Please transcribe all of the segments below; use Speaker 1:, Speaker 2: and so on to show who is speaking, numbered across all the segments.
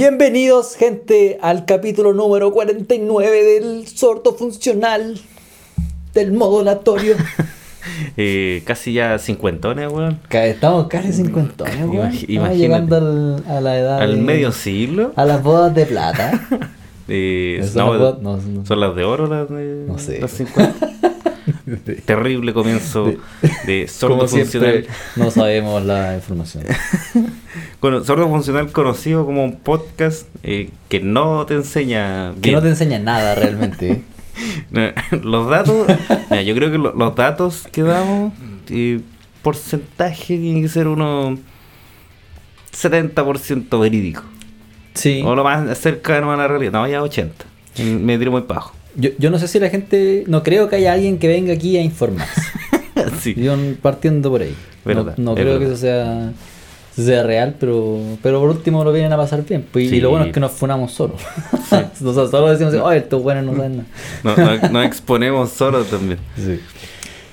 Speaker 1: Bienvenidos, gente, al capítulo número 49 del sorto funcional del modo latorio.
Speaker 2: Eh, casi ya cincuentones, weón.
Speaker 1: Ca- Estamos casi cincuentones, weón.
Speaker 2: Imag-
Speaker 1: Estamos
Speaker 2: imagínate.
Speaker 1: llegando al- a la edad.
Speaker 2: Al
Speaker 1: de-
Speaker 2: medio siglo.
Speaker 1: A las bodas de plata.
Speaker 2: Eh,
Speaker 1: Eso
Speaker 2: no,
Speaker 1: no puedo- no, no.
Speaker 2: Son las de oro las de
Speaker 1: No sé.
Speaker 2: las 50. Terrible comienzo de sordo
Speaker 1: Como siempre,
Speaker 2: funcional.
Speaker 1: no sabemos la información.
Speaker 2: Bueno, sordo funcional conocido como un podcast eh, que no te enseña
Speaker 1: Que
Speaker 2: bien.
Speaker 1: no te enseña nada realmente.
Speaker 2: los datos. mira, yo creo que lo- los datos que damos, eh, porcentaje tiene que ser uno 70% verídico.
Speaker 1: Sí.
Speaker 2: O lo más cercano a la realidad. No, ya 80. Me tiro muy bajo.
Speaker 1: Yo, yo no sé si la gente. No creo que haya alguien que venga aquí a informarse.
Speaker 2: sí.
Speaker 1: Yo n- partiendo por ahí.
Speaker 2: Verdad,
Speaker 1: no no
Speaker 2: es
Speaker 1: creo que
Speaker 2: verdad.
Speaker 1: eso sea, sea real, pero, pero por último lo vienen a pasar bien. pues, y-
Speaker 2: Sí.
Speaker 1: Y lo bueno es que nos funamos solos. o sea, solo decimos, oye, estos buenos no saben nada.
Speaker 2: No, no- no exponemos solo también.
Speaker 1: Sí.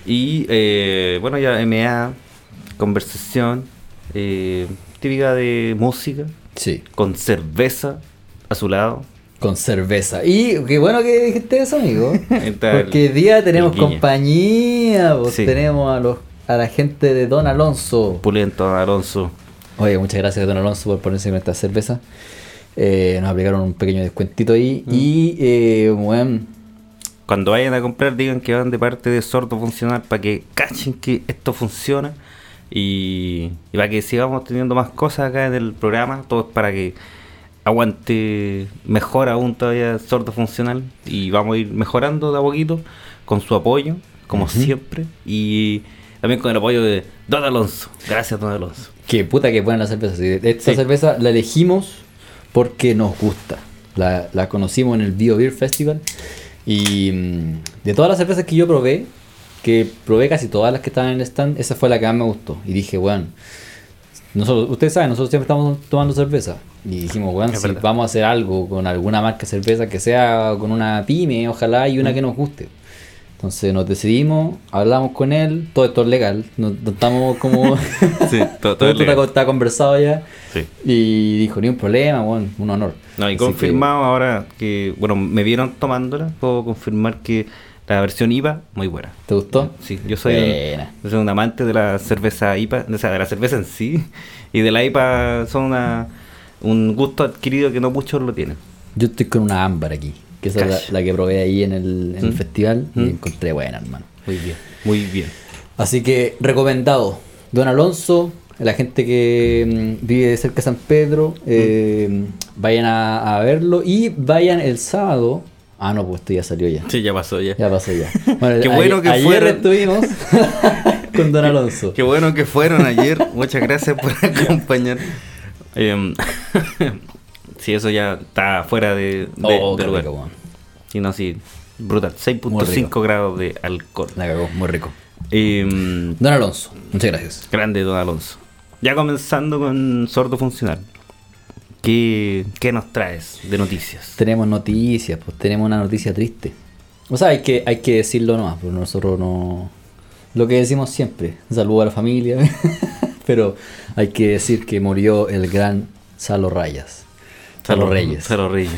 Speaker 2: Y eh, bueno, ya MA, conversación, eh, típica de música, con cerveza a su lado.
Speaker 1: Con cerveza. Y qué bueno que dijiste eso, amigo.
Speaker 2: Está el-
Speaker 1: Porque hoy día tenemos
Speaker 2: el guiño.
Speaker 1: compañía. pues,
Speaker 2: Sí.
Speaker 1: Tenemos a los a la gente de Don Alonso.
Speaker 2: Pulento Alonso.
Speaker 1: Oye, muchas gracias, don Alonso, por ponerse con esta cerveza. Eh, nos aplicaron un pequeño descuentito
Speaker 2: Mm.
Speaker 1: ahí. Y, eh, bueno,
Speaker 2: Cuando vayan a comprar, digan que van de parte de Sordo Funcional para que cachen que esto funciona y, y para que sigamos teniendo más cosas acá en el programa. Todo es para que aguante mejor aún todavía Sordo Funcional y vamos a ir mejorando de a poquito con su apoyo, como siempre, y también con el apoyo de Don Alonso. Gracias, Don Alonso.
Speaker 1: Qué puta que buena la cerveza. sí. Esta
Speaker 2: Sí.
Speaker 1: cerveza la elegimos porque nos gusta. La, la conocimos en el Bio Beer Festival. Y mm, de todas las cervezas que yo probé, que probé casi todas las que estaban en el stand, esa fue la que más me gustó. Y dije, bueno, nosotros, ustedes saben, nosotros siempre estamos tomando cerveza. Y dijimos, bueno,
Speaker 2: Es
Speaker 1: si
Speaker 2: verdad.
Speaker 1: vamos a hacer algo con alguna marca de cerveza que sea con una pyme, ojalá, y
Speaker 2: Mm.
Speaker 1: una que nos guste. Entonces nos decidimos, hablamos con él, todo esto es legal, no, no estamos como...
Speaker 2: Sí, todo- todo
Speaker 1: Todo esto
Speaker 2: es
Speaker 1: está,
Speaker 2: legal.
Speaker 1: co- está conversado ya.
Speaker 2: Sí.
Speaker 1: Y dijo, ni un problema, bueno, un honor.
Speaker 2: No, y
Speaker 1: Así que-
Speaker 2: confirmado ahora que, bueno, me vieron tomándola, puedo confirmar que la versión IVA, muy buena.
Speaker 1: ¿Te gustó?
Speaker 2: Sí, yo soy,
Speaker 1: Buena.
Speaker 2: un, yo soy un amante de la cerveza IPA, o sea, de la cerveza en sí, y de la IPA son una, un gusto adquirido que no muchos lo tienen.
Speaker 1: Yo estoy con una ámbar aquí, que esa es
Speaker 2: Cacha.
Speaker 1: la, la que probé ahí en el, en el festival y
Speaker 2: Mm.
Speaker 1: encontré buena, hermano.
Speaker 2: Muy bien. Muy bien.
Speaker 1: Así que recomendado. Don Alonso, la gente que mm, vive cerca de San
Speaker 2: ¿Mm?
Speaker 1: Pedro, eh, vayan a, a verlo y vayan el sábado. Ah, no, pues esto ya salió ya.
Speaker 2: Sí, ya pasó ya.
Speaker 1: Ya pasó ya. Bueno,
Speaker 2: Qué bueno
Speaker 1: ayer-
Speaker 2: que
Speaker 1: ayer
Speaker 2: fueron.
Speaker 1: estuvimos con Don Alonso.
Speaker 2: Qué bueno que fueron ayer, muchas gracias por acompañar. Em, sí, eso ya está fuera de, de-
Speaker 1: Oh,
Speaker 2: de
Speaker 1: qué
Speaker 2: lugar.
Speaker 1: rico, weón.
Speaker 2: Sí, no, sí, brutal, 6.5 grados de alcohol.
Speaker 1: La cagó, muy rico.
Speaker 2: Em,
Speaker 1: Don Alonso, muchas gracias.
Speaker 2: Grande Don Alonso. Ya comenzando con Sordo Funcional. ¿Qué, qué nos traes de noticias?
Speaker 1: Tenemos noticias, pues tenemos una noticia triste. O sea, hay que, hay que decirlo nomás, porque nosotros no. Lo que decimos siempre, saludo a la familia. Pero hay que decir que murió el gran Salo Rayas. Salo Reyes.
Speaker 2: Salo Reyes.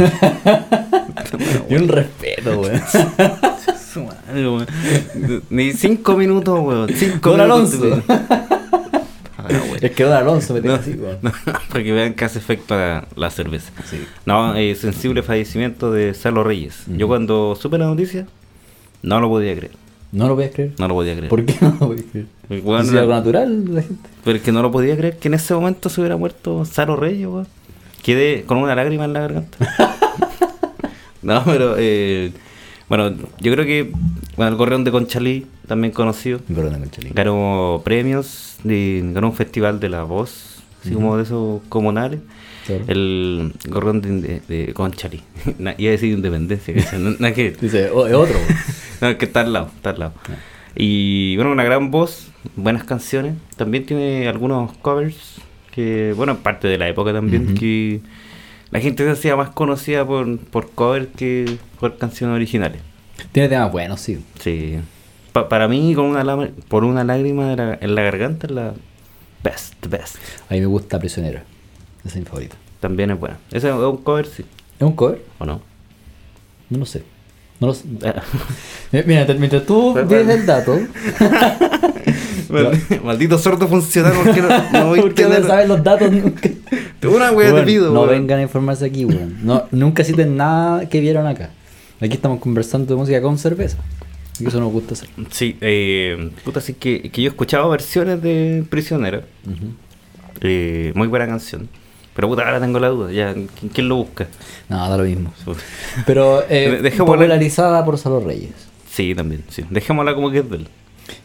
Speaker 1: Y un respeto, weón.
Speaker 2: Su madre, weón. Ni cinco minutos, weón. Cinco
Speaker 1: Don
Speaker 2: minutos.
Speaker 1: Alonso.
Speaker 2: Ah, weón.
Speaker 1: es que Don Alonso me tiene
Speaker 2: No,
Speaker 1: así, weón.
Speaker 2: no, para que vean que hace efecto la, la cerveza. No, eh, sensible fallecimiento de Salo Reyes. Yo cuando supe la noticia, no lo podía creer.
Speaker 1: No lo voy a creer.
Speaker 2: No lo podía creer.
Speaker 1: ¿Por qué no lo voy a creer?
Speaker 2: El weón
Speaker 1: Si
Speaker 2: era-
Speaker 1: algo natural, la gente.
Speaker 2: Pero es que no lo podía creer que en ese momento se hubiera muerto Saro Reyes, weón. Quedé con una lágrima en la garganta. no, pero. eh, bueno, yo creo que. Bueno, el Correón de Conchalí, también conocido,
Speaker 1: Perdón, Conchalí.
Speaker 2: ganó premios, y ganó un festival de la voz, así como de esos comunales.
Speaker 1: Claro.
Speaker 2: El Correón de, de- de Conchalí. Na- Iba a decir independencia, que no, nada que-
Speaker 1: Dice, oh, es otro, weón.
Speaker 2: no, es que está al lado, está al lado. Y bueno, una gran voz, buenas canciones. También tiene algunos covers que, bueno, parte de la época también, que la gente se hacía más conocida por, por covers que por canciones originales.
Speaker 1: Tiene temas buenos, sí.
Speaker 2: Sí. Pa- para mí, con una lama- por una lágrima de la- en la garganta, es la best, best.
Speaker 1: A mí me gusta Prisionero. Ese es mi favorito.
Speaker 2: También es buena. Ese es un cover, sí.
Speaker 1: ¿Es un cover?
Speaker 2: ¿O no?
Speaker 1: No lo sé. No lo sé. Eh, Mira, te- mientras tú tienes el dato,
Speaker 2: Maldito sordo funcional, porque no, no voy a
Speaker 1: porque no
Speaker 2: tener-
Speaker 1: sabes los datos nunca.
Speaker 2: Una wea
Speaker 1: Weón,
Speaker 2: te pido,
Speaker 1: no
Speaker 2: weón.
Speaker 1: vengan a informarse aquí, weón. No, nunca citen nada que vieron acá. Aquí estamos conversando de música con cerveza. Y eso nos gusta hacer.
Speaker 2: Sí, eh, puta, así que, que yo he escuchado versiones de Prisionera. Eh, muy buena canción. Pero puta, ahora tengo la duda. Ya, ¿quién, quién lo busca?
Speaker 1: No, da lo mismo. Pero eh,
Speaker 2: De- dejé volar-
Speaker 1: popularizada por Salo Reyes.
Speaker 2: Sí, también. Sí. Dejémosla como que es del.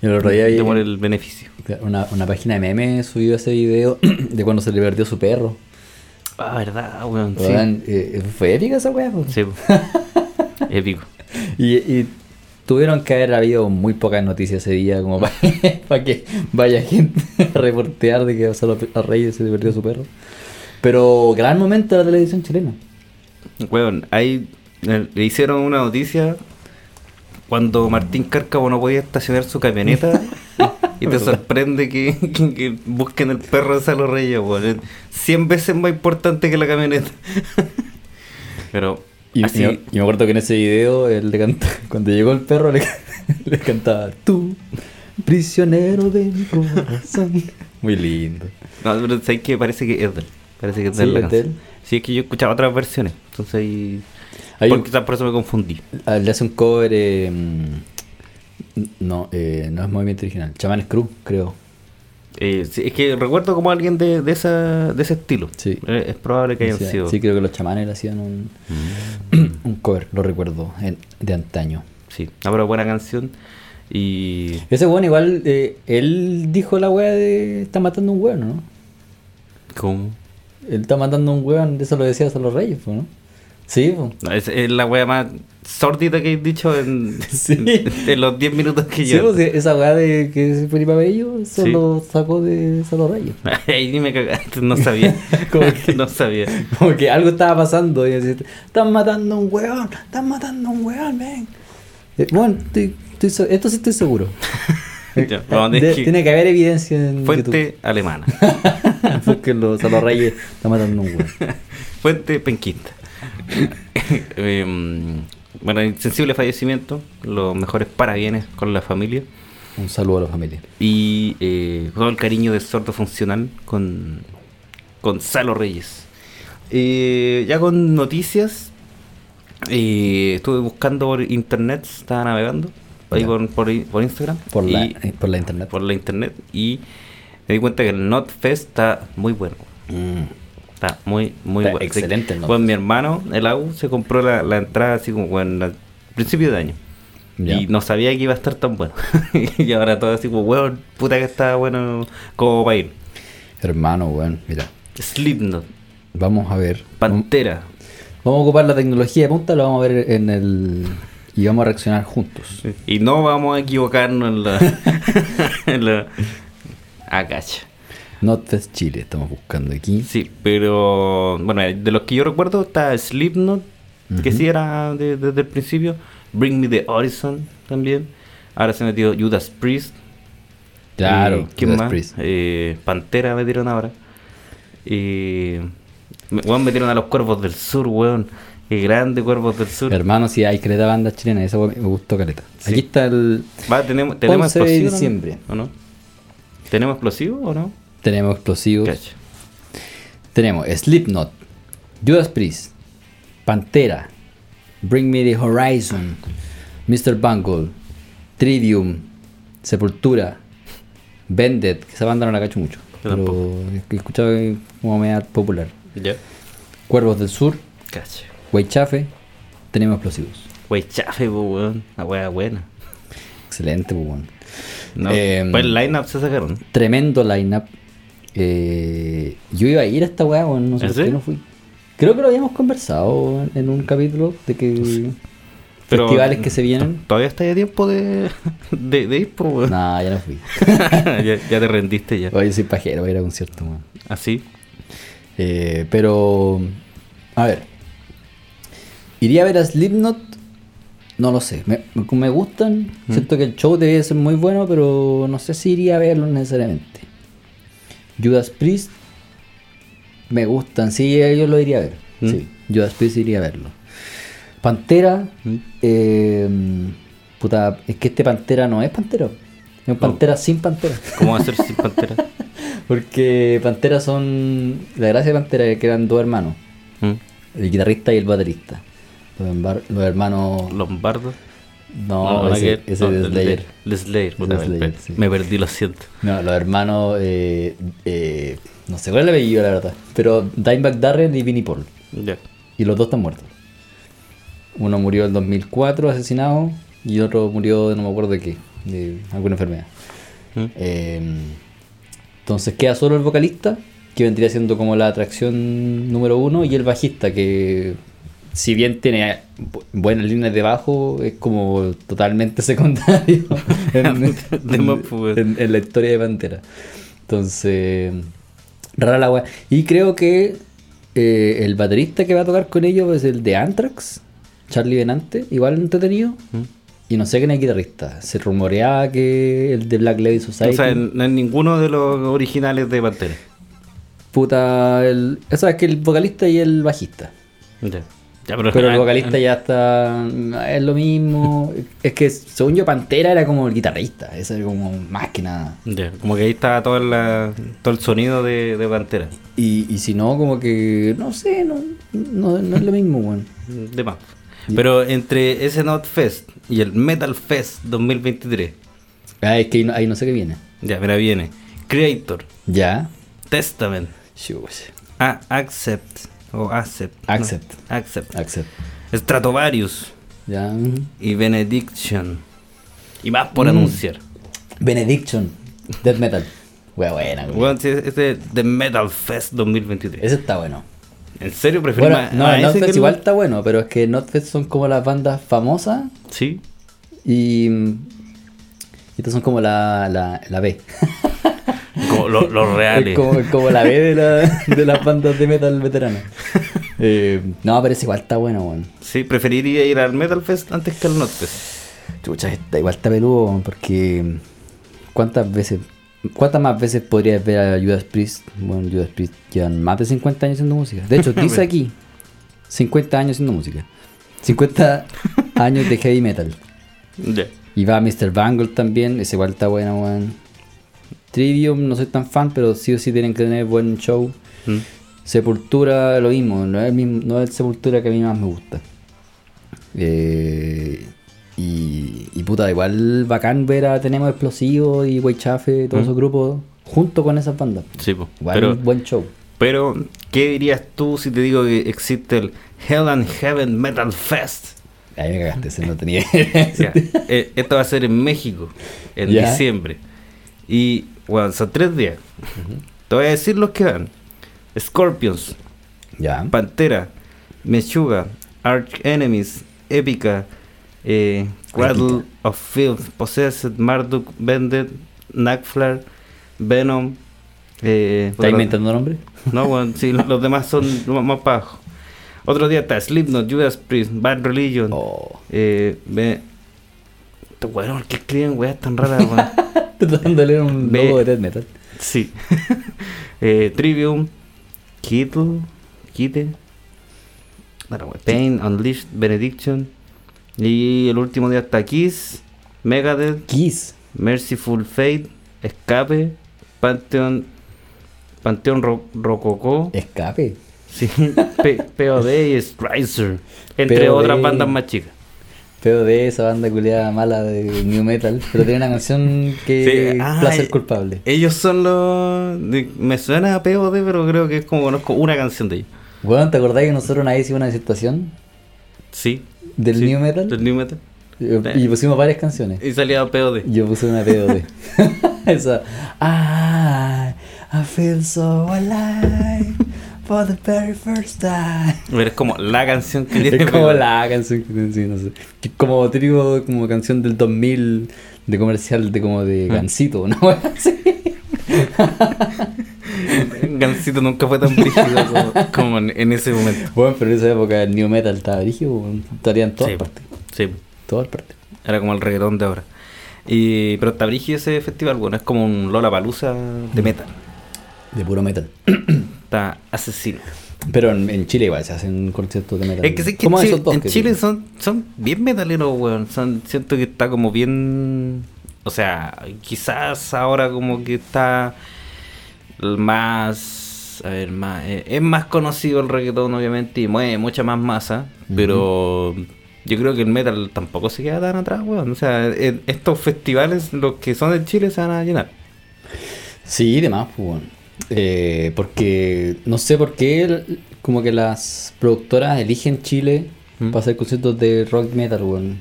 Speaker 1: El otro día vi
Speaker 2: Démosle el beneficio.
Speaker 1: una, una página de memes subió ese video de cuando se le perdió su perro.
Speaker 2: Ah, verdad, weón. Sí.
Speaker 1: Weón, eh, fue épica esa weá. po.
Speaker 2: Sí, po. Épico.
Speaker 1: Y, y tuvieron que haber habido muy pocas noticias ese día como para, que vaya gente a reportear de que a Salo a Reyes se le perdió su perro. Pero gran momento de la televisión chilena.
Speaker 2: Weón, ahí eh, le hicieron una noticia cuando Martín Cárcamo no podía estacionar su camioneta y te sorprende que, que- que busquen el perro de Salo Reyes, weón. Es 100 veces más importante que la camioneta. Pero,
Speaker 1: Y,
Speaker 2: así,
Speaker 1: y- y me acuerdo que en ese video él le canta, cuando llegó el perro le, le cantaba tú, prisionero de mi corazón. Muy lindo.
Speaker 2: no, pero sabes que parece que es de él. Parece que es de
Speaker 1: Sí,
Speaker 2: él la
Speaker 1: es de
Speaker 2: canción.
Speaker 1: él.
Speaker 2: Sí, es que yo escuchaba otras versiones, entonces ahí...
Speaker 1: Hay un-
Speaker 2: porque tal por eso me confundí.
Speaker 1: Ah, Le hace un cover... eh, mm, no, eh, no es movimiento original. Chamanes Cruz, creo.
Speaker 2: Eh, sí, es que recuerdo como alguien de, de esa, de ese estilo.
Speaker 1: Sí.
Speaker 2: Eh, es probable que hayan
Speaker 1: Sí,
Speaker 2: sido. Mm.
Speaker 1: Sí, creo que los chamanes le hacían un, un cover, lo recuerdo, en- de antaño.
Speaker 2: Sí, no, pero buena canción. Y.
Speaker 1: Ese weón igual, eh, él dijo la wea de está matando un weón, ¿no?
Speaker 2: ¿Cómo?
Speaker 1: Él está matando un weón, eso lo decías a los reyes, po, ¿no? Sí, po.
Speaker 2: es, es la wea más sórdida que he dicho en,
Speaker 1: Sí.
Speaker 2: en, los 10 minutos que
Speaker 1: Sí,
Speaker 2: yo.
Speaker 1: pues, esa weá de que es Felipe Abello, eso
Speaker 2: Sí.
Speaker 1: lo sacó de Salo Reyes.
Speaker 2: Ahí ni me cagaste, no sabía.
Speaker 1: ¿Cómo que?
Speaker 2: no sabía.
Speaker 1: Como que algo estaba pasando y decía, están matando a un weón, están matando a un weón, ven. Eh, bueno, estoy- estoy so- esto sí estoy seguro. Eh,
Speaker 2: Ya, vamos,
Speaker 1: De-
Speaker 2: es que-
Speaker 1: Tiene que haber evidencia en
Speaker 2: Fuente alemana.
Speaker 1: YouTube. Porque los Salo Reyes están matando a un weón.
Speaker 2: Fuente penquista. Em, bueno, insensible fallecimiento. Los mejores parabienes con la familia.
Speaker 1: Un saludo a la familia.
Speaker 2: Y eh, todo el cariño de Sordo Funcional con Gonzalo Reyes. Eh, ya con noticias, eh, estuve buscando por internet, estaba navegando ahí
Speaker 1: Ya.
Speaker 2: por, por i- por Instagram.
Speaker 1: Por, la,
Speaker 2: y-
Speaker 1: eh, por la internet.
Speaker 2: por la internet y me di cuenta que el NotFest está muy bueno.
Speaker 1: Mm.
Speaker 2: Está muy, muy
Speaker 1: Está
Speaker 2: bueno. Así que,
Speaker 1: excelente el
Speaker 2: bueno, mi hermano, el AU, se compró la, la entrada así como bueno, al principio de año.
Speaker 1: Ya.
Speaker 2: Y no sabía que iba a estar tan bueno. y ahora todo así como, weón, puta que está bueno como para ir.
Speaker 1: Hermano, weón, mira.
Speaker 2: Slipknot,
Speaker 1: Vamos a ver.
Speaker 2: Pantera.
Speaker 1: Vamos a ocupar la tecnología de punta, la vamos a ver en el. Y vamos a reaccionar juntos.
Speaker 2: Y no vamos a equivocarnos en la... en la ah, cacha.
Speaker 1: Notfest Chile, estamos buscando aquí.
Speaker 2: Sí, pero bueno, eh, de los que yo recuerdo está Slipknot, que sí era de- desde el principio, Bring Me the Horizon también, ahora se metió Judas Priest,
Speaker 1: Claro,
Speaker 2: eh, ¿quién
Speaker 1: Judas
Speaker 2: más?
Speaker 1: Priest.
Speaker 2: Eh, Pantera metieron ahora, eh, me- weón, metieron a los Cuervos del Sur, weón, qué grande Cuervos del Sur.
Speaker 1: Hermano, si hay caleta bandas chilenas, esa weá me gustó caleta.
Speaker 2: Sí.
Speaker 1: Aquí está el.
Speaker 2: Va, tenemos, tenemos
Speaker 1: 11 de
Speaker 2: explosivo, ¿no?
Speaker 1: diciembre.
Speaker 2: ¿o no? ¿Tenemos explosivo o no?
Speaker 1: Tenemos explosivos.
Speaker 2: Cacha.
Speaker 1: Tenemos Slipknot, Judas Priest, Pantera, Bring Me the Horizon, Mr. Bungle, Trivium, Sepultura, Vended, que esa banda no la cacho mucho,
Speaker 2: Yo
Speaker 1: pero he escuchado que es como media popular.
Speaker 2: Ya.
Speaker 1: Cuervos del Sur,
Speaker 2: Cacha.
Speaker 1: Weichafe, tenemos explosivos.
Speaker 2: Wey, chafe, po, weón, la wea buena.
Speaker 1: Excelente, pues, weón.
Speaker 2: No,
Speaker 1: Em,
Speaker 2: pues el lineup se sacaron.
Speaker 1: Tremendo lineup. Eh, yo iba a ir a esta weá, weón, no sé
Speaker 2: ¿En
Speaker 1: por
Speaker 2: serio?
Speaker 1: qué no fui. Creo que lo habíamos conversado en un capítulo de que
Speaker 2: Pero-
Speaker 1: festivales que se vienen.
Speaker 2: Todavía está a tiempo de, de, de ir, po, weón.
Speaker 1: Nah, ya no fui.
Speaker 2: ya, ya te rendiste ya.
Speaker 1: Oye, soy pajero, voy a ir a concierto, weón.
Speaker 2: Así.
Speaker 1: Eh, pero, a ver. ¿Iría a ver a Slipknot? No lo sé. Me, me gustan. Siento que el show debe ser muy bueno, pero no sé si iría a verlo necesariamente. Judas Priest. Me gustan, sí, yo lo iría a ver.
Speaker 2: ¿Mm?
Speaker 1: Sí, yo después iría a verlo. Pantera, eh, puta, es que este Pantera no es Pantera. Es un Pantera sin Pantera.
Speaker 2: ¿Cómo va a ser sin pantera?
Speaker 1: Porque Pantera son. La gracia de Pantera es que eran dos hermanos:
Speaker 2: ¿Mm?
Speaker 1: el guitarrista y el baterista. Los, embar- los hermanos.
Speaker 2: Lombardo.
Speaker 1: No,
Speaker 2: nada
Speaker 1: ese,
Speaker 2: que ver.
Speaker 1: ese
Speaker 2: No,
Speaker 1: de
Speaker 2: el
Speaker 1: Slayer.
Speaker 2: de- el Slayer, puta,
Speaker 1: de
Speaker 2: me-
Speaker 1: Slayer,
Speaker 2: me,
Speaker 1: sí.
Speaker 2: me perdí, lo siento.
Speaker 1: No, los hermanos. eh, eh, no sé cuál es el apellido, la verdad. Pero Dimebag Darrell y Vinnie Paul.
Speaker 2: Ya.
Speaker 1: Y los dos están muertos. Uno murió en 2004 asesinado y otro murió de no me acuerdo de qué, de alguna enfermedad.
Speaker 2: ¿Mm?
Speaker 1: Eh, entonces queda solo el vocalista, que vendría siendo como la atracción número uno, y el bajista, que si bien tiene bu- buenas líneas de bajo, es como totalmente secundario en,
Speaker 2: De más, pues.
Speaker 1: en- en la historia de Pantera. Entonces, rara la wea. Y creo que eh, el baterista que va a tocar con ellos es el de Anthrax, Charlie Benante, igual entretenido.
Speaker 2: ¿Mm?
Speaker 1: Y no sé quién es el guitarrista. Se rumoreaba que el de Black Lady Society.
Speaker 2: O sea, en, en ninguno de los originales de Pantera.
Speaker 1: Puta, el, o sea, es que el vocalista y el bajista.
Speaker 2: Ya. Ya,
Speaker 1: Pero el vocalista ya está. Es lo mismo. Es que según yo, Pantera era como el guitarrista. Ese era como más que nada.
Speaker 2: Ya, como que ahí está todo, la- todo el sonido de, de Pantera.
Speaker 1: Y, y si no, como que. No sé, no, no, no es lo mismo, weón.
Speaker 2: De más. Pero entre ese Not Fest y el Metal Fest 2023,
Speaker 1: Ah, es que ahí no, ahí no sé qué viene.
Speaker 2: ya, mira, viene Creator,
Speaker 1: Ya.
Speaker 2: Testament,
Speaker 1: Shush.
Speaker 2: A- Accept, o Accept. no,
Speaker 1: Accept.
Speaker 2: Accept.
Speaker 1: Accept.
Speaker 2: Stratovarius
Speaker 1: Ya.
Speaker 2: y Benediction. Mm. Y más por anunciar.
Speaker 1: Benediction. Death Metal. Wea buena, weón.
Speaker 2: Weón, sí, este es The Metal Fest 2023.
Speaker 1: Ese está bueno.
Speaker 2: ¿En serio preferís
Speaker 1: Bueno,
Speaker 2: más-
Speaker 1: no,
Speaker 2: a
Speaker 1: el
Speaker 2: ese que
Speaker 1: Notfest
Speaker 2: el-
Speaker 1: igual está bueno, pero es que Notfest son como las bandas famosas
Speaker 2: Sí.
Speaker 1: y. mm, Estas son como la, la, la B.
Speaker 2: Como lo- los
Speaker 1: Es
Speaker 2: reales.
Speaker 1: como, es como la B de, la- de las bandas de metal veteranas. Eh, no, pero ese igual está bueno, weón.
Speaker 2: Sí, preferiría ir al Metal Fest antes que al Not Fest.
Speaker 1: Chucha, está- igual está peludo, weón, porque. ¿Cuántas veces.? ¿Cuántas más veces podrías ver a Judas Priest? Bueno, Judas Priest llevan más de 50 años haciendo música. De hecho, dice aquí: 50 años haciendo música. 50 años de heavy metal.
Speaker 2: Ya.
Speaker 1: Y va Mr. Bangle también, ese igual está bueno, weón. Trivium, no soy tan fan, pero sí o sí tienen que tener buen show.
Speaker 2: Mm.
Speaker 1: Sepultura, lo mismo, no es el, mismo- no es el Sepultura que a mí más me gusta. Eh, y, y puta, igual bacán ver a Tenemos Explosivos y Weichafe, todos esos grupos, junto con esas bandas.
Speaker 2: Sí, po.
Speaker 1: Igual
Speaker 2: pero,
Speaker 1: buen show.
Speaker 2: pero, ¿qué dirías tú si te digo que existe el Hell and Heaven Metal Fest?
Speaker 1: Ahí me cagaste, ese no tenía.
Speaker 2: Ya, eh, esto va a ser en México, en
Speaker 1: Ya.
Speaker 2: diciembre. Y, bueno, son tres días. Te voy a decir los que van. Scorpions,
Speaker 1: ya.
Speaker 2: Pantera, Mechuga, Arch Enemies, Epica, eh, Cradle of Filth, Possessed, Marduk, Bended, Nagflar, Venom. Eh,
Speaker 1: ¿Estás inventando nombre?
Speaker 2: No, bueno, sí, lo- los demás son más, más para abajo. Otro día está Slipknot, Judas Priest, Bad Religion.
Speaker 1: Oh.
Speaker 2: Eh, ve. Estos weones, ¿por qué escriben weas tan raras, weón?
Speaker 1: Estoy tratando de leer un
Speaker 2: Ve-
Speaker 1: logo de death metal.
Speaker 2: sí. eh, Trivium, Kittle, Kite, bueno, we- Pain, Unleashed, Benediction. Y el último día está Kiss, Megadeth,
Speaker 1: Kiss.
Speaker 2: Merciful Fate, Escape, Pantheon, Panteón Ro- Rococó,
Speaker 1: Eh. Escape.
Speaker 2: sí, P- POD y Stricer, entre
Speaker 1: POD.
Speaker 2: otras bandas más chicas.
Speaker 1: Pero de esa banda culiada mala de New Metal, pero tiene una canción que
Speaker 2: Sí, ah,
Speaker 1: Placer
Speaker 2: eh,
Speaker 1: Culpable.
Speaker 2: Ellos son los. de- Me suena a POD, pero creo que es como conozco una canción de ellos.
Speaker 1: Bueno, ¿te acordás que nosotros una vez hicimos una disertación
Speaker 2: Sí.
Speaker 1: del
Speaker 2: sí,
Speaker 1: New Metal?
Speaker 2: Del New Metal.
Speaker 1: Eh, Y pusimos varias canciones.
Speaker 2: Y salía POD.
Speaker 1: Yo puse una POD. esa. I, I feel so alive for the very first time.
Speaker 2: Pero es como la canción que tiene.
Speaker 1: Es como
Speaker 2: POD.
Speaker 1: la canción que tienen, sí, no sé. Que es Como típico, como canción del 2000 de comercial de como de Gansito, ¿no? Así.
Speaker 2: Gansito nunca fue tan brígido como, como en, en ese momento.
Speaker 1: Bueno, pero en esa época el New Metal estaba brígido, weón. estaría en todas
Speaker 2: sí,
Speaker 1: partes.
Speaker 2: sí.
Speaker 1: Todas partes.
Speaker 2: Era como el reggaetón de ahora. Y, pero está
Speaker 1: Mm.
Speaker 2: brígido ese festival, bueno, es como un Lola Palusa de metal.
Speaker 1: De puro metal.
Speaker 2: está asesino.
Speaker 1: Pero en, en Chile igual se hacen conciertos de metal.
Speaker 2: Eh, Es que, sí que en
Speaker 1: ¿Cómo
Speaker 2: Chile,
Speaker 1: esos dos
Speaker 2: en
Speaker 1: que
Speaker 2: Chile
Speaker 1: tienen?
Speaker 2: son, son bien metaleros, weón. Son- siento que está como bien. O sea, quizás ahora como que está el más. A ver, más, eh, es más conocido el reggaetón, obviamente, y mueve mucha más masa. Pero yo creo que el metal tampoco se queda tan atrás, weón. O sea, en- estos festivales, los que son de Chile, se van a llenar.
Speaker 1: Sí, demás, pues, bueno. Eh, porque no sé por qué, el- como que las productoras eligen Chile
Speaker 2: Mm.
Speaker 1: para hacer conciertos de rock metal, bueno.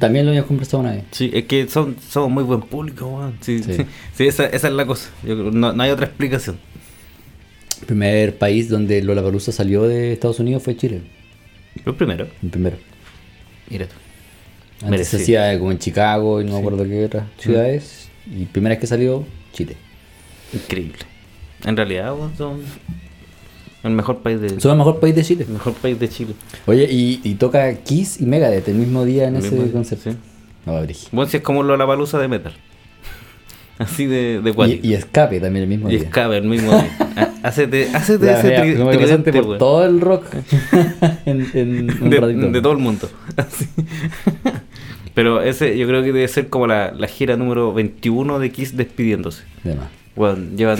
Speaker 1: También lo habíamos conversado una vez.
Speaker 2: Sí, es que son, son muy buen público, weón. Sí,
Speaker 1: Sí.
Speaker 2: sí. sí, esa, esa es la cosa. Yo creo- no- no hay otra explicación.
Speaker 1: primer país donde Lollapalooza salió de Estados Unidos fue Chile,
Speaker 2: Lo primero.
Speaker 1: el primero.
Speaker 2: Mira tú.
Speaker 1: Antes
Speaker 2: Merecido.
Speaker 1: se hacía como en Chicago y no me acuerdo qué otras ciudades.
Speaker 2: ¿Mm?
Speaker 1: Y primera vez que salió, Chile.
Speaker 2: Increíble. En realidad, weón, son el mejor país de
Speaker 1: Son el mejor país de Chile.
Speaker 2: el mejor país de Chile.
Speaker 1: Oye, y, y toca Kiss y Megadeth el mismo día en
Speaker 2: El
Speaker 1: ese
Speaker 2: mismo-
Speaker 1: concierto.
Speaker 2: sí.
Speaker 1: No, Brigi.
Speaker 2: Bueno, si es como la palusa de metal. Así de, de guay.
Speaker 1: Y, y Escape también el mismo
Speaker 2: Y
Speaker 1: día.
Speaker 2: escape el mismo. día. Ah, Hacete, hacete
Speaker 1: La
Speaker 2: ese
Speaker 1: wea,
Speaker 2: tri-
Speaker 1: como que
Speaker 2: tridente,
Speaker 1: pasaste por
Speaker 2: weón.
Speaker 1: todo el rock en, en un ratito.
Speaker 2: de, de todo el mundo. Así. Pero ese yo creo que debe ser como la, la gira número 21 de Kiss despidiéndose.
Speaker 1: De más.
Speaker 2: Bueno, llevan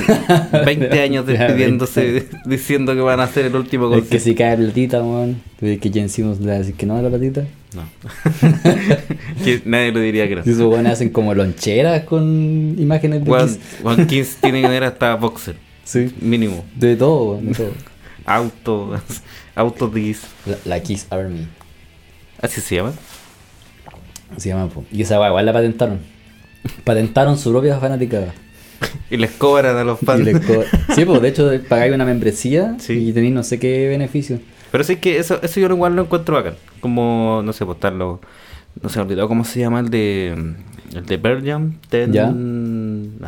Speaker 2: 20 años
Speaker 1: Ya, 20
Speaker 2: despidiéndose diciendo que van a hacer el último
Speaker 1: Es que
Speaker 2: concierto.
Speaker 1: si cae platita, weón. Tuve que Jen Simmons le va a decir que no a la platita.
Speaker 2: No. Que nadie lo diría que no.
Speaker 1: Y esos weones hacen como loncheras con imágenes de
Speaker 2: Juan,
Speaker 1: Kiss.
Speaker 2: Juan Kings tiene que tener hasta boxer,
Speaker 1: Sí.
Speaker 2: mínimo.
Speaker 1: De todo, weón, de todo.
Speaker 2: Auto, auto de Kiss.
Speaker 1: La, la Kiss Army.
Speaker 2: Así se llama.
Speaker 1: Se llama, po. Y esa weá igual la patentaron. Patentaron su propia fanaticada.
Speaker 2: Y les cobran a los
Speaker 1: Y
Speaker 2: fans.
Speaker 1: les co- sí, pues de hecho pagáis una membresía
Speaker 2: Sí.
Speaker 1: y tenéis no sé qué beneficio.
Speaker 2: Pero sí que eso, eso yo igual lo encuentro bacán. Como, no sé, postarlo. No se me olvidó cómo se llama el de. El de Pearl Jam. Ten.
Speaker 1: Ya.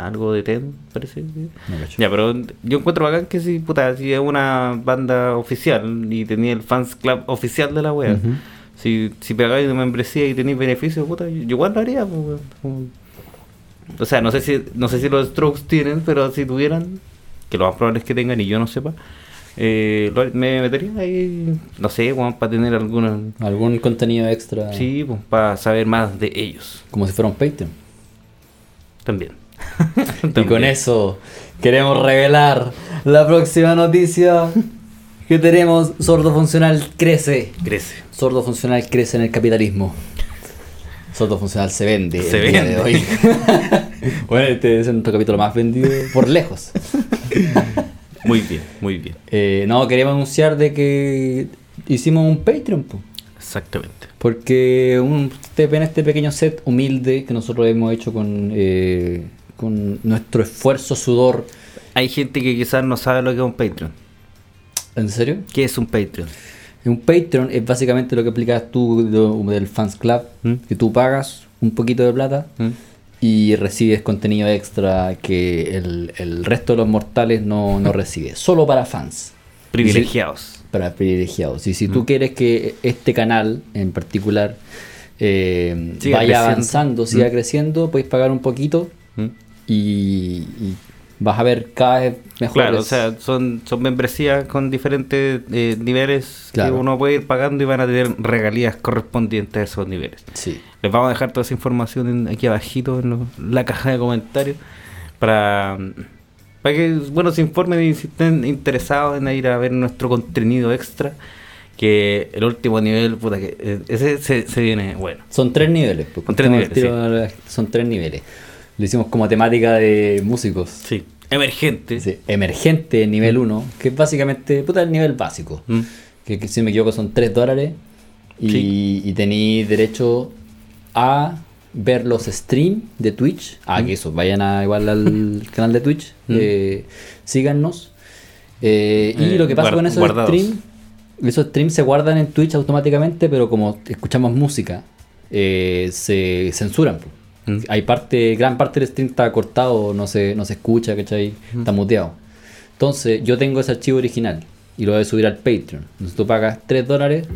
Speaker 2: Algo de Ten, parece.
Speaker 1: No cacho.
Speaker 2: Ya, pero yo encuentro bacán que si, puta, si es una banda oficial y tenía el fans club oficial de la wea.
Speaker 1: Ujú.
Speaker 2: Si, si pegáis una membresía y tenéis beneficios, puta, yo igual lo haría. pues, weón. Como- O sea, no sé si no sé si los Strokes tienen, pero si tuvieran, que lo más probable es que tengan y yo no sepa, eh, lo har- me metería ahí, no sé, para tener alguna...
Speaker 1: Algún contenido extra.
Speaker 2: Sí, para saber más de ellos
Speaker 1: Como si fuera un Patreon.
Speaker 2: también.
Speaker 1: Y con eso queremos revelar la próxima noticia que tenemos. Sordo funcional crece.
Speaker 2: Crece.
Speaker 1: Sordo funcional crece en el capitalismo. Sordo funcional se vende.
Speaker 2: Se
Speaker 1: el día de
Speaker 2: vende.
Speaker 1: hoy. bueno, este es nuestro capítulo más vendido por lejos.
Speaker 2: Muy bien, muy bien.
Speaker 1: Eh, no, queríamos anunciar de que hicimos un Patreon. po.
Speaker 2: Exactamente.
Speaker 1: Porque un, ustedes ven este pequeño set humilde que nosotros hemos hecho con, eh, con nuestro esfuerzo, sudor.
Speaker 2: Hay gente que quizás no sabe lo que es un Patreon.
Speaker 1: ¿En serio?
Speaker 2: ¿Qué es un Patreon?
Speaker 1: Un Patreon es básicamente lo que explicas tú de- del Fans Club,
Speaker 2: ¿Mm?
Speaker 1: que tú pagas un poquito de plata
Speaker 2: ¿Mm?
Speaker 1: y recibes contenido extra que el, el resto de los mortales no, no recibe, solo para fans.
Speaker 2: Privilegiados.
Speaker 1: para privilegiados. Y si
Speaker 2: ¿Mm?
Speaker 1: tú quieres que este canal en particular eh,
Speaker 2: Siga
Speaker 1: vaya
Speaker 2: creciendo.
Speaker 1: avanzando, siga creciendo, puedes pagar un poquito
Speaker 2: ¿Mm?
Speaker 1: y, y vas a ver cada vez mejores.
Speaker 2: Claro, o sea, son, son membresías con diferentes eh, niveles que
Speaker 1: Claro.
Speaker 2: uno puede ir pagando y van a tener regalías correspondientes a esos niveles.
Speaker 1: Sí.
Speaker 2: Les vamos a dejar toda esa información en- aquí abajito en lo- la caja de comentarios para, para que bueno se informen y si estén interesados en ir a ver nuestro contenido extra. Que el último nivel, puta, que eh, ese se, se viene bueno.
Speaker 1: Son tres niveles. pues,
Speaker 2: Son tres
Speaker 1: contemos
Speaker 2: niveles,
Speaker 1: al tiro, Son tres niveles. Lo hicimos como temática de músicos.
Speaker 2: Sí. Emergente.
Speaker 1: Sí, Emergente, nivel 1, que es básicamente puta, el nivel básico.
Speaker 2: Mm.
Speaker 1: que, que si no me equivoco son 3 dólares y,
Speaker 2: Sí.
Speaker 1: y tenéis derecho a ver los streams de Twitch.
Speaker 2: Mm.
Speaker 1: Ah, que eso, vayan a igual al canal de Twitch, eh, síganos. Eh, y
Speaker 2: Eh,
Speaker 1: lo que pasa
Speaker 2: guar-
Speaker 1: con esos
Speaker 2: guardados.
Speaker 1: streams, esos streams se guardan en Twitch automáticamente, pero como escuchamos música, eh, se censuran. po.
Speaker 2: Mm.
Speaker 1: Hay parte, gran parte del stream está cortado, no se, no se escucha, ¿cachai?
Speaker 2: Mm.
Speaker 1: Está muteado. Entonces, yo tengo ese archivo original y lo voy a subir al Patreon. Entonces tú pagas 3 dólares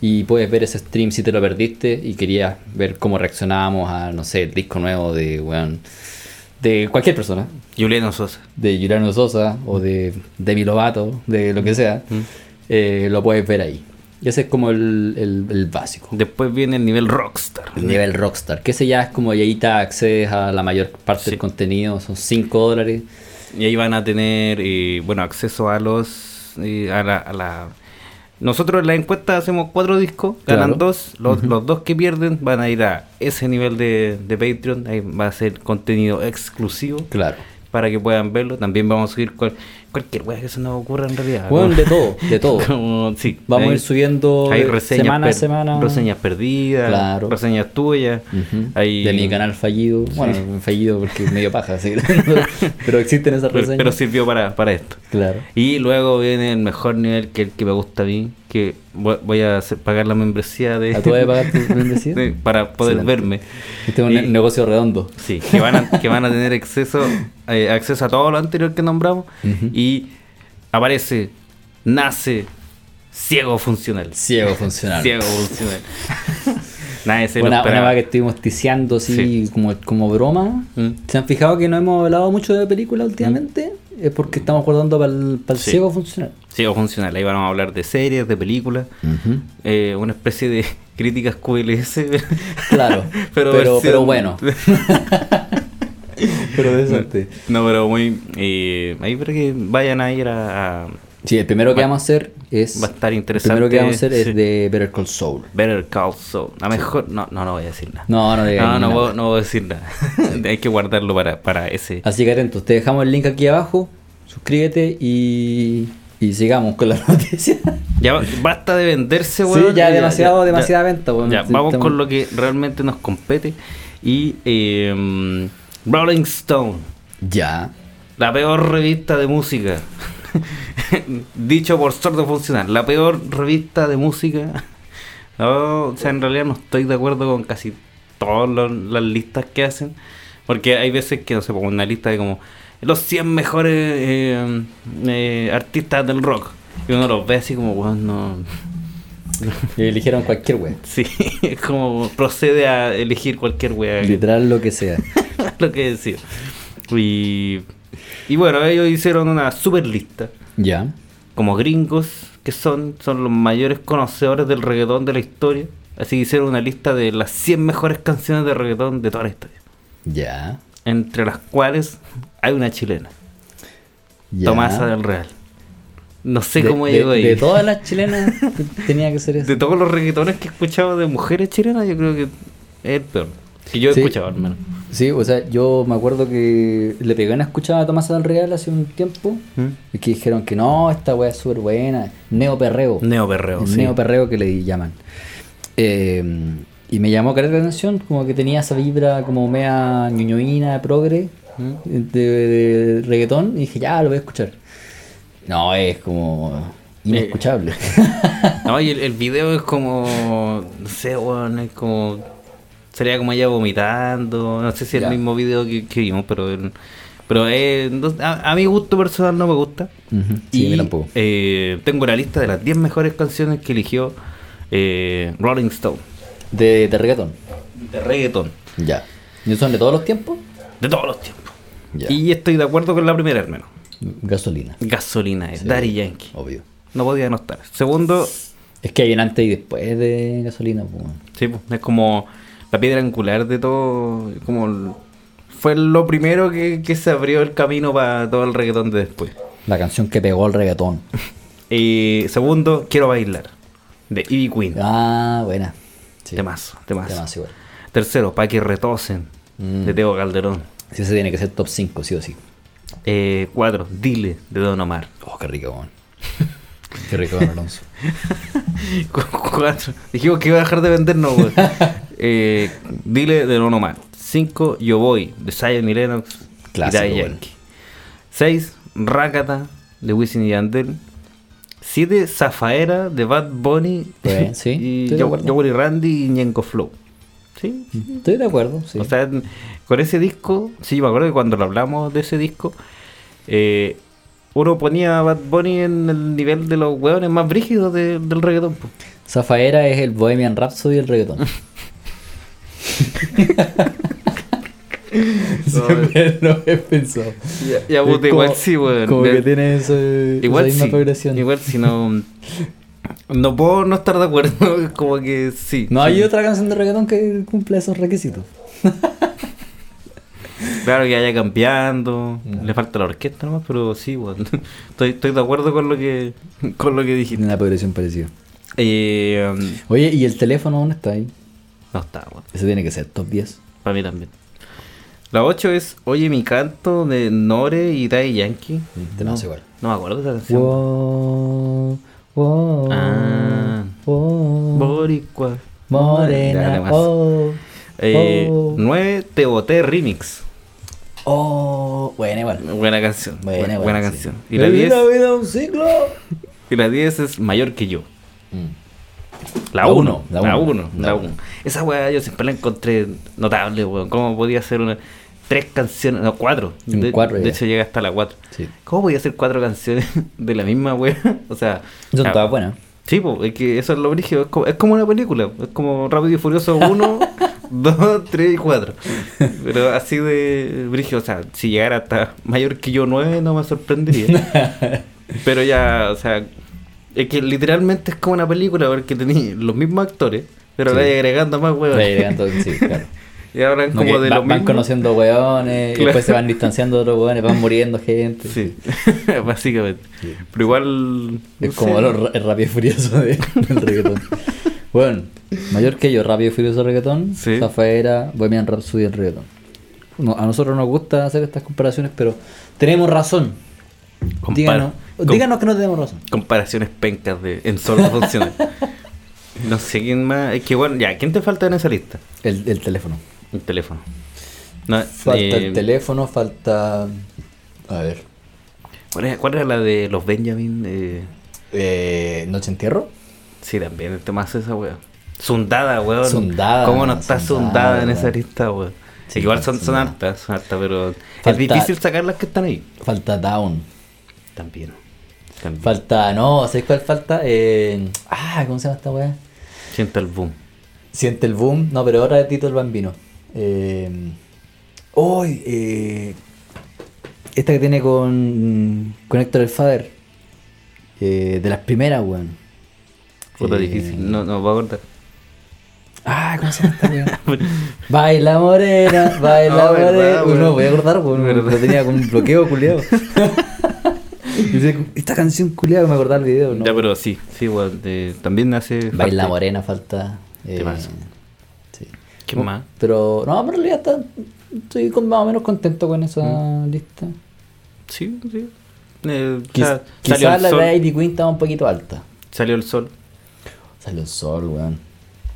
Speaker 1: y puedes ver ese stream si te lo perdiste y querías ver cómo reaccionábamos a, no sé, el disco nuevo de, weón, de cualquier persona,
Speaker 2: Juliano Sosa.
Speaker 1: de Juliano Sosa o de Demi Lovato, de lo que sea,
Speaker 2: Mm.
Speaker 1: eh, lo puedes ver ahí. Y ese es como el, el- el básico.
Speaker 2: Después viene el nivel rockstar.
Speaker 1: El nivel rockstar, que ese ya es como y ahí te accedes a la mayor parte
Speaker 2: Sí.
Speaker 1: del contenido, son 5 dólares.
Speaker 2: Y ahí van a tener, eh, bueno, acceso a los, eh, a, la, a la- Nosotros en la encuesta hacemos cuatro discos, ganan
Speaker 1: Claro.
Speaker 2: dos, los, los dos que pierden van a ir a ese nivel de, de Patreon, ahí va a ser contenido exclusivo
Speaker 1: Claro.
Speaker 2: para que puedan verlo. También vamos a subir cual- cualquier wea que se nos ocurra en realidad.
Speaker 1: Bueno,
Speaker 2: ¿no?
Speaker 1: de todo, de todo.
Speaker 2: Como- sí,
Speaker 1: Vamos
Speaker 2: ahí-
Speaker 1: a ir subiendo
Speaker 2: hay
Speaker 1: de-
Speaker 2: reseñas
Speaker 1: semana a
Speaker 2: per-
Speaker 1: semana.
Speaker 2: Reseñas perdidas,
Speaker 1: Claro.
Speaker 2: reseñas tuyas.
Speaker 1: Ujú.
Speaker 2: hay-
Speaker 1: De mi canal fallido. Bueno, fallido porque es medio paja, sí. pero existen esas
Speaker 2: pero,
Speaker 1: reseñas.
Speaker 2: pero sirvió para, para esto.
Speaker 1: Claro.
Speaker 2: Y luego viene el mejor nivel que el que me gusta a mí, que voy voy a hacer- pagar la membresía de...
Speaker 1: ¿A tú vas a pagar tu membresía?
Speaker 2: de- para poder
Speaker 1: Excelente.
Speaker 2: verme.
Speaker 1: Este es un
Speaker 2: Y-
Speaker 1: ne- negocio redondo.
Speaker 2: Sí, que van a, que van a tener acceso, eh, acceso a todo lo anterior que nombramos.
Speaker 1: Ujú.
Speaker 2: Y aparece, nace, ciego funcional.
Speaker 1: Ciego funcional.
Speaker 2: Ciego funcional. Nadie se lo
Speaker 1: Una, una
Speaker 2: esperaba.
Speaker 1: vez que estuvimos ticiando así como, como broma.
Speaker 2: Mm.
Speaker 1: ¿Se han fijado que no hemos hablado mucho de películas últimamente? Es porque estamos guardando para el
Speaker 2: Mm. Sí.
Speaker 1: ciego funcional.
Speaker 2: Ciego funcional. Ahí vamos a hablar de series, de películas. eh, una especie de críticas QLS.
Speaker 1: Claro. pero, pero,
Speaker 2: versión-
Speaker 1: bueno. pero decente.
Speaker 2: No, pero muy. eh, ahí para que vayan a ir a, a
Speaker 1: Sí, el primero que
Speaker 2: Va-
Speaker 1: vamos a hacer es.
Speaker 2: va a estar
Speaker 1: El primero
Speaker 2: interesante,
Speaker 1: que vamos a hacer
Speaker 2: sí.
Speaker 1: es de Better Call Saul.
Speaker 2: Better Call Saul. A mejor. No, no, no voy a decir nada.
Speaker 1: No, no digas
Speaker 2: No, no,
Speaker 1: nada.
Speaker 2: puedo, no voy a decir nada. Hay que guardarlo para, para ese.
Speaker 1: Así que atentos, te dejamos el link aquí abajo. Suscríbete y. Y sigamos con las noticias.
Speaker 2: Ya ba- basta de
Speaker 1: Sí,
Speaker 2: venderse, weón. Eh,
Speaker 1: ya demasiado- demasiada venta, weón.
Speaker 2: Ya,
Speaker 1: Sí,
Speaker 2: vamos
Speaker 1: estamos-
Speaker 2: con lo que realmente nos compete. Y. eh, Rolling Stone.
Speaker 1: ya.
Speaker 2: La peor revista de música. Dicho por sordo funcional, la peor revista de música. No, o sea, en realidad no estoy de acuerdo con casi todas las- las listas que hacen. Porque hay veces que, no sé, pongo una lista de como los 100 mejores eh, eh, artistas del rock. Y uno los ve así como, weón, no.
Speaker 1: Y eligieron cualquier wea.
Speaker 2: Sí, es como procede a elegir cualquier wea. que-
Speaker 1: Literal lo que sea.
Speaker 2: lo que decía. Y, y bueno, ellos hicieron una super lista.
Speaker 1: Ya.
Speaker 2: Como gringos que son, son los mayores conocedores del reggaetón de la historia. Así que hicieron una lista de las 100 mejores canciones de reggaetón de toda la historia.
Speaker 1: Ya.
Speaker 2: Entre las cuales hay una chilena,
Speaker 1: ya.
Speaker 2: Tomasa del Real. No sé
Speaker 1: De-
Speaker 2: cómo
Speaker 1: de-
Speaker 2: llegó ahí.
Speaker 1: De todas las chilenas tenía que ser eso.
Speaker 2: De todos los reggaetones que he escuchado de mujeres chilenas, yo creo que es el peor. Que yo he
Speaker 1: Sí.
Speaker 2: escuchado al menos.
Speaker 1: Sí, o sea, yo me acuerdo que le pegué una escuchada a Tomasa del Real hace un tiempo. Y que dijeron que no, esta wea es súper buena. Neo perreo.
Speaker 2: Neo perreo, sí.
Speaker 1: Neo perreo que le llaman. Eh, y me llamó cargar la atención, como que tenía esa vibra como mea ñoñoína, progre, de, de reggaetón. Y dije, ya, lo voy a escuchar. No, es como inescuchable.
Speaker 2: No, y el, el video es como. No sé, weón, es como. Sería como ella vomitando. No sé si es
Speaker 1: Ya.
Speaker 2: el mismo video que, que vimos, pero. el- pero eh, no- a, a mi gusto personal no me gusta.
Speaker 1: Ujú, sí, a mí
Speaker 2: y
Speaker 1: tampoco.
Speaker 2: eh, tengo la lista de las 10 mejores canciones que eligió eh, Rolling Stone
Speaker 1: de, de reggaetón.
Speaker 2: de reggaeton
Speaker 1: Ya. ¿Y son de todos los tiempos?
Speaker 2: de todos los tiempos.
Speaker 1: Ya.
Speaker 2: Y estoy de acuerdo con la primera, hermano.
Speaker 1: Gasolina,
Speaker 2: Gasolina, es Daddy Yankee.
Speaker 1: obvio.
Speaker 2: No podía no estar. Segundo,
Speaker 1: Es que hay un antes y después de gasolina. pues, bueno.
Speaker 2: Sí, po, es como la piedra angular de todo. Como el- fue lo primero que, que se abrió el camino para todo el reggaetón de después.
Speaker 1: La canción que pegó el reggaetón.
Speaker 2: Eh, segundo, Quiero bailar. De Ivy Queen.
Speaker 1: Ah, buena. Sí.
Speaker 2: Temazo, temazo.
Speaker 1: Temazo igual. Mm.
Speaker 2: Tercero, Pa' que retosen. De Teo Calderón.
Speaker 1: Sí, ese tiene que ser top 5, sí o sí.
Speaker 2: Eh, cuatro, Dile de Don Omar.
Speaker 1: Oh, qué rico, weón. Qué rico, don Alonso.
Speaker 2: Cu- cuatro, dijimos que iba a dejar de vendernos, güey. Eh, Dile de Don Omar. Cinco, Yo Voy de Zion y Lennox. y
Speaker 1: Clásico,
Speaker 2: Daddy
Speaker 1: bueno.
Speaker 2: Yankee. 6. Rakata de Wisin y Yandel. 7. Zafaera de Bad Bunny.
Speaker 1: Bueno, sí,
Speaker 2: y
Speaker 1: estoy de
Speaker 2: Yo-
Speaker 1: acuerdo.
Speaker 2: Yoweri Randy y Ñengo Flow. ¿Sí?
Speaker 1: Estoy de acuerdo, sí.
Speaker 2: O sea, en- con ese disco, sí, yo me acuerdo que cuando lo hablamos de ese disco, eh, uno ponía a Bad Bunny en el nivel de los hueones más brígidos de- del reggaetón. po.
Speaker 1: Zafaera es el Bohemian Rhapsody y el reggaetón. Siempre lo he pensado.
Speaker 2: Ya, ya puta,
Speaker 1: Es como-
Speaker 2: igual sí, weón.
Speaker 1: Como
Speaker 2: Ya-
Speaker 1: que tiene ese,
Speaker 2: Igual
Speaker 1: esa misma
Speaker 2: sí,
Speaker 1: progresión.
Speaker 2: igual si no... No puedo no estar de acuerdo, es como que sí.
Speaker 1: No
Speaker 2: sí.
Speaker 1: hay otra canción de reggaetón que cumpla esos requisitos.
Speaker 2: Claro que vaya cambiando, le falta la orquesta nomás, pero sí, weón. Estoy, estoy de acuerdo con lo que, con lo que dijiste.
Speaker 1: Tiene una progresión parecida.
Speaker 2: Eh, um,
Speaker 1: Oye, ¿y el teléfono dónde está ahí?
Speaker 2: no está, weón.
Speaker 1: Ese tiene que ser top 10.
Speaker 2: Para mí también. La 8 es Oye mi canto de Nore y Daddy Yankee.
Speaker 1: Mm, Te lo hace igual. Oh.
Speaker 2: No me acuerdo de esa canción.
Speaker 1: Wow, wow,
Speaker 2: Ah.
Speaker 1: wow.
Speaker 2: Boricua. Ya,
Speaker 1: Morena,
Speaker 2: además.
Speaker 1: oh,
Speaker 2: Eh,
Speaker 1: oh.
Speaker 2: 9 Te Boté Remix.
Speaker 1: oh. Bueno, igual.
Speaker 2: Buena canción. Buena, buena,
Speaker 1: sí.
Speaker 2: canción. Y la, 10,
Speaker 1: vida, vida, un ciclo.
Speaker 2: y la 10 es Mayor que yo. La
Speaker 1: La
Speaker 2: 1.
Speaker 1: uno, la
Speaker 2: La
Speaker 1: uno,
Speaker 2: 1.
Speaker 1: la
Speaker 2: La
Speaker 1: uno.
Speaker 2: 1. Esa weá yo siempre la encontré notable, weón. ¿Cómo podía hacer una, tres canciones? No, cuatro.
Speaker 1: Mm,
Speaker 2: De,
Speaker 1: cuatro
Speaker 2: de
Speaker 1: ya.
Speaker 2: hecho, llega hasta la 4.
Speaker 1: Sí.
Speaker 2: ¿Cómo podía hacer cuatro canciones de la misma weá? O sea.
Speaker 1: Son
Speaker 2: ah,
Speaker 1: todas buenas.
Speaker 2: Sí, po, es que eso es lo brígido. Es como, es como una película. Es como Rápido y Furioso 1, 2, 3 y 4. Pero así de brígido. O sea, si llegara hasta mayor que yo 9 no me sorprendería. Pero ya, o sea, es que literalmente es como una película porque tenéis los mismos actores, pero
Speaker 1: Sí.
Speaker 2: le vais agregando más huevos.
Speaker 1: Le agregan todo- sí, claro.
Speaker 2: Y ahora es
Speaker 1: No,
Speaker 2: como
Speaker 1: que
Speaker 2: de
Speaker 1: va-
Speaker 2: los
Speaker 1: van
Speaker 2: mismos.
Speaker 1: conociendo weones,
Speaker 2: Claro.
Speaker 1: y después se van distanciando de otros weones, van muriendo gente.
Speaker 2: Sí, básicamente. Pero igual...
Speaker 1: Es
Speaker 2: no
Speaker 1: como
Speaker 2: sé.
Speaker 1: lo ra- el rápido y furioso de- del reggaetón. bueno, mayor que yo, rápido y furioso reggaetón.
Speaker 2: Sí.
Speaker 1: Zafa era Bohemian Rhapsody el reggaetón. No, a nosotros nos gusta hacer estas comparaciones, pero tenemos razón.
Speaker 2: Compar-
Speaker 1: díganos,
Speaker 2: com-
Speaker 1: díganos que no tenemos razón.
Speaker 2: comparaciones pencas de en solo funciones. no sé quién más. Es que bueno, ya, ¿quién te falta en esa lista?
Speaker 1: El, el teléfono.
Speaker 2: El teléfono. No,
Speaker 1: Falta
Speaker 2: eh,
Speaker 1: el teléfono, falta. A ver.
Speaker 2: ¿cuál, es- cuál era la de los Benjamin? Eh,
Speaker 1: eh, ¿Noche entierro?
Speaker 2: sí, también el tema es esa, weón. Sundada, weón.
Speaker 1: Sundada,
Speaker 2: ¿Cómo no está
Speaker 1: sundada,
Speaker 2: sundada en
Speaker 1: weón.
Speaker 2: esa lista, weón?
Speaker 1: Sí,
Speaker 2: Igual son, son
Speaker 1: sundada.
Speaker 2: hartas, son hartas, pero es
Speaker 1: Falta-
Speaker 2: difícil sacar las que están ahí.
Speaker 1: Falta down.
Speaker 2: También. también.
Speaker 1: Falta. No, ¿sabes cuál falta? Eh, ah, ¿cómo se llama esta weá?
Speaker 2: Siento el boom.
Speaker 1: Siente el boom. No, pero ahora de Tito el Bambino. Eh, hoy, eh, esta que tiene con, con Héctor el Fader. eh, de las primeras, weón.
Speaker 2: Puta
Speaker 1: Eh,
Speaker 2: difícil. No, no, voy a acordar.
Speaker 1: Ah, ¿cómo se llama esta weón? baila morena, baila
Speaker 2: No,
Speaker 1: morena.
Speaker 2: verdad,
Speaker 1: Uy, no,
Speaker 2: weón.
Speaker 1: voy a acordar, weón.
Speaker 2: Verdad.
Speaker 1: Lo tenía con un bloqueo culiado. esta canción culiada me acordaba el video, ¿no?
Speaker 2: Ya, pero sí, sí, weón. eh, también hace.
Speaker 1: Baila
Speaker 2: falta-
Speaker 1: morena falta. eh,
Speaker 2: Temazo.
Speaker 1: sí.
Speaker 2: ¿Qué
Speaker 1: No,
Speaker 2: más?
Speaker 1: Pero no, pero en realidad está- estoy con- más o menos contento con esa
Speaker 2: Mm.
Speaker 1: lista.
Speaker 2: Sí, sí. Eh, o
Speaker 1: Quiz-
Speaker 2: sea, salió,
Speaker 1: quizás
Speaker 2: el
Speaker 1: la de
Speaker 2: sol,
Speaker 1: Heidi Queen estaba un poquito alta.
Speaker 2: salió el sol
Speaker 1: Salió el sol, weón.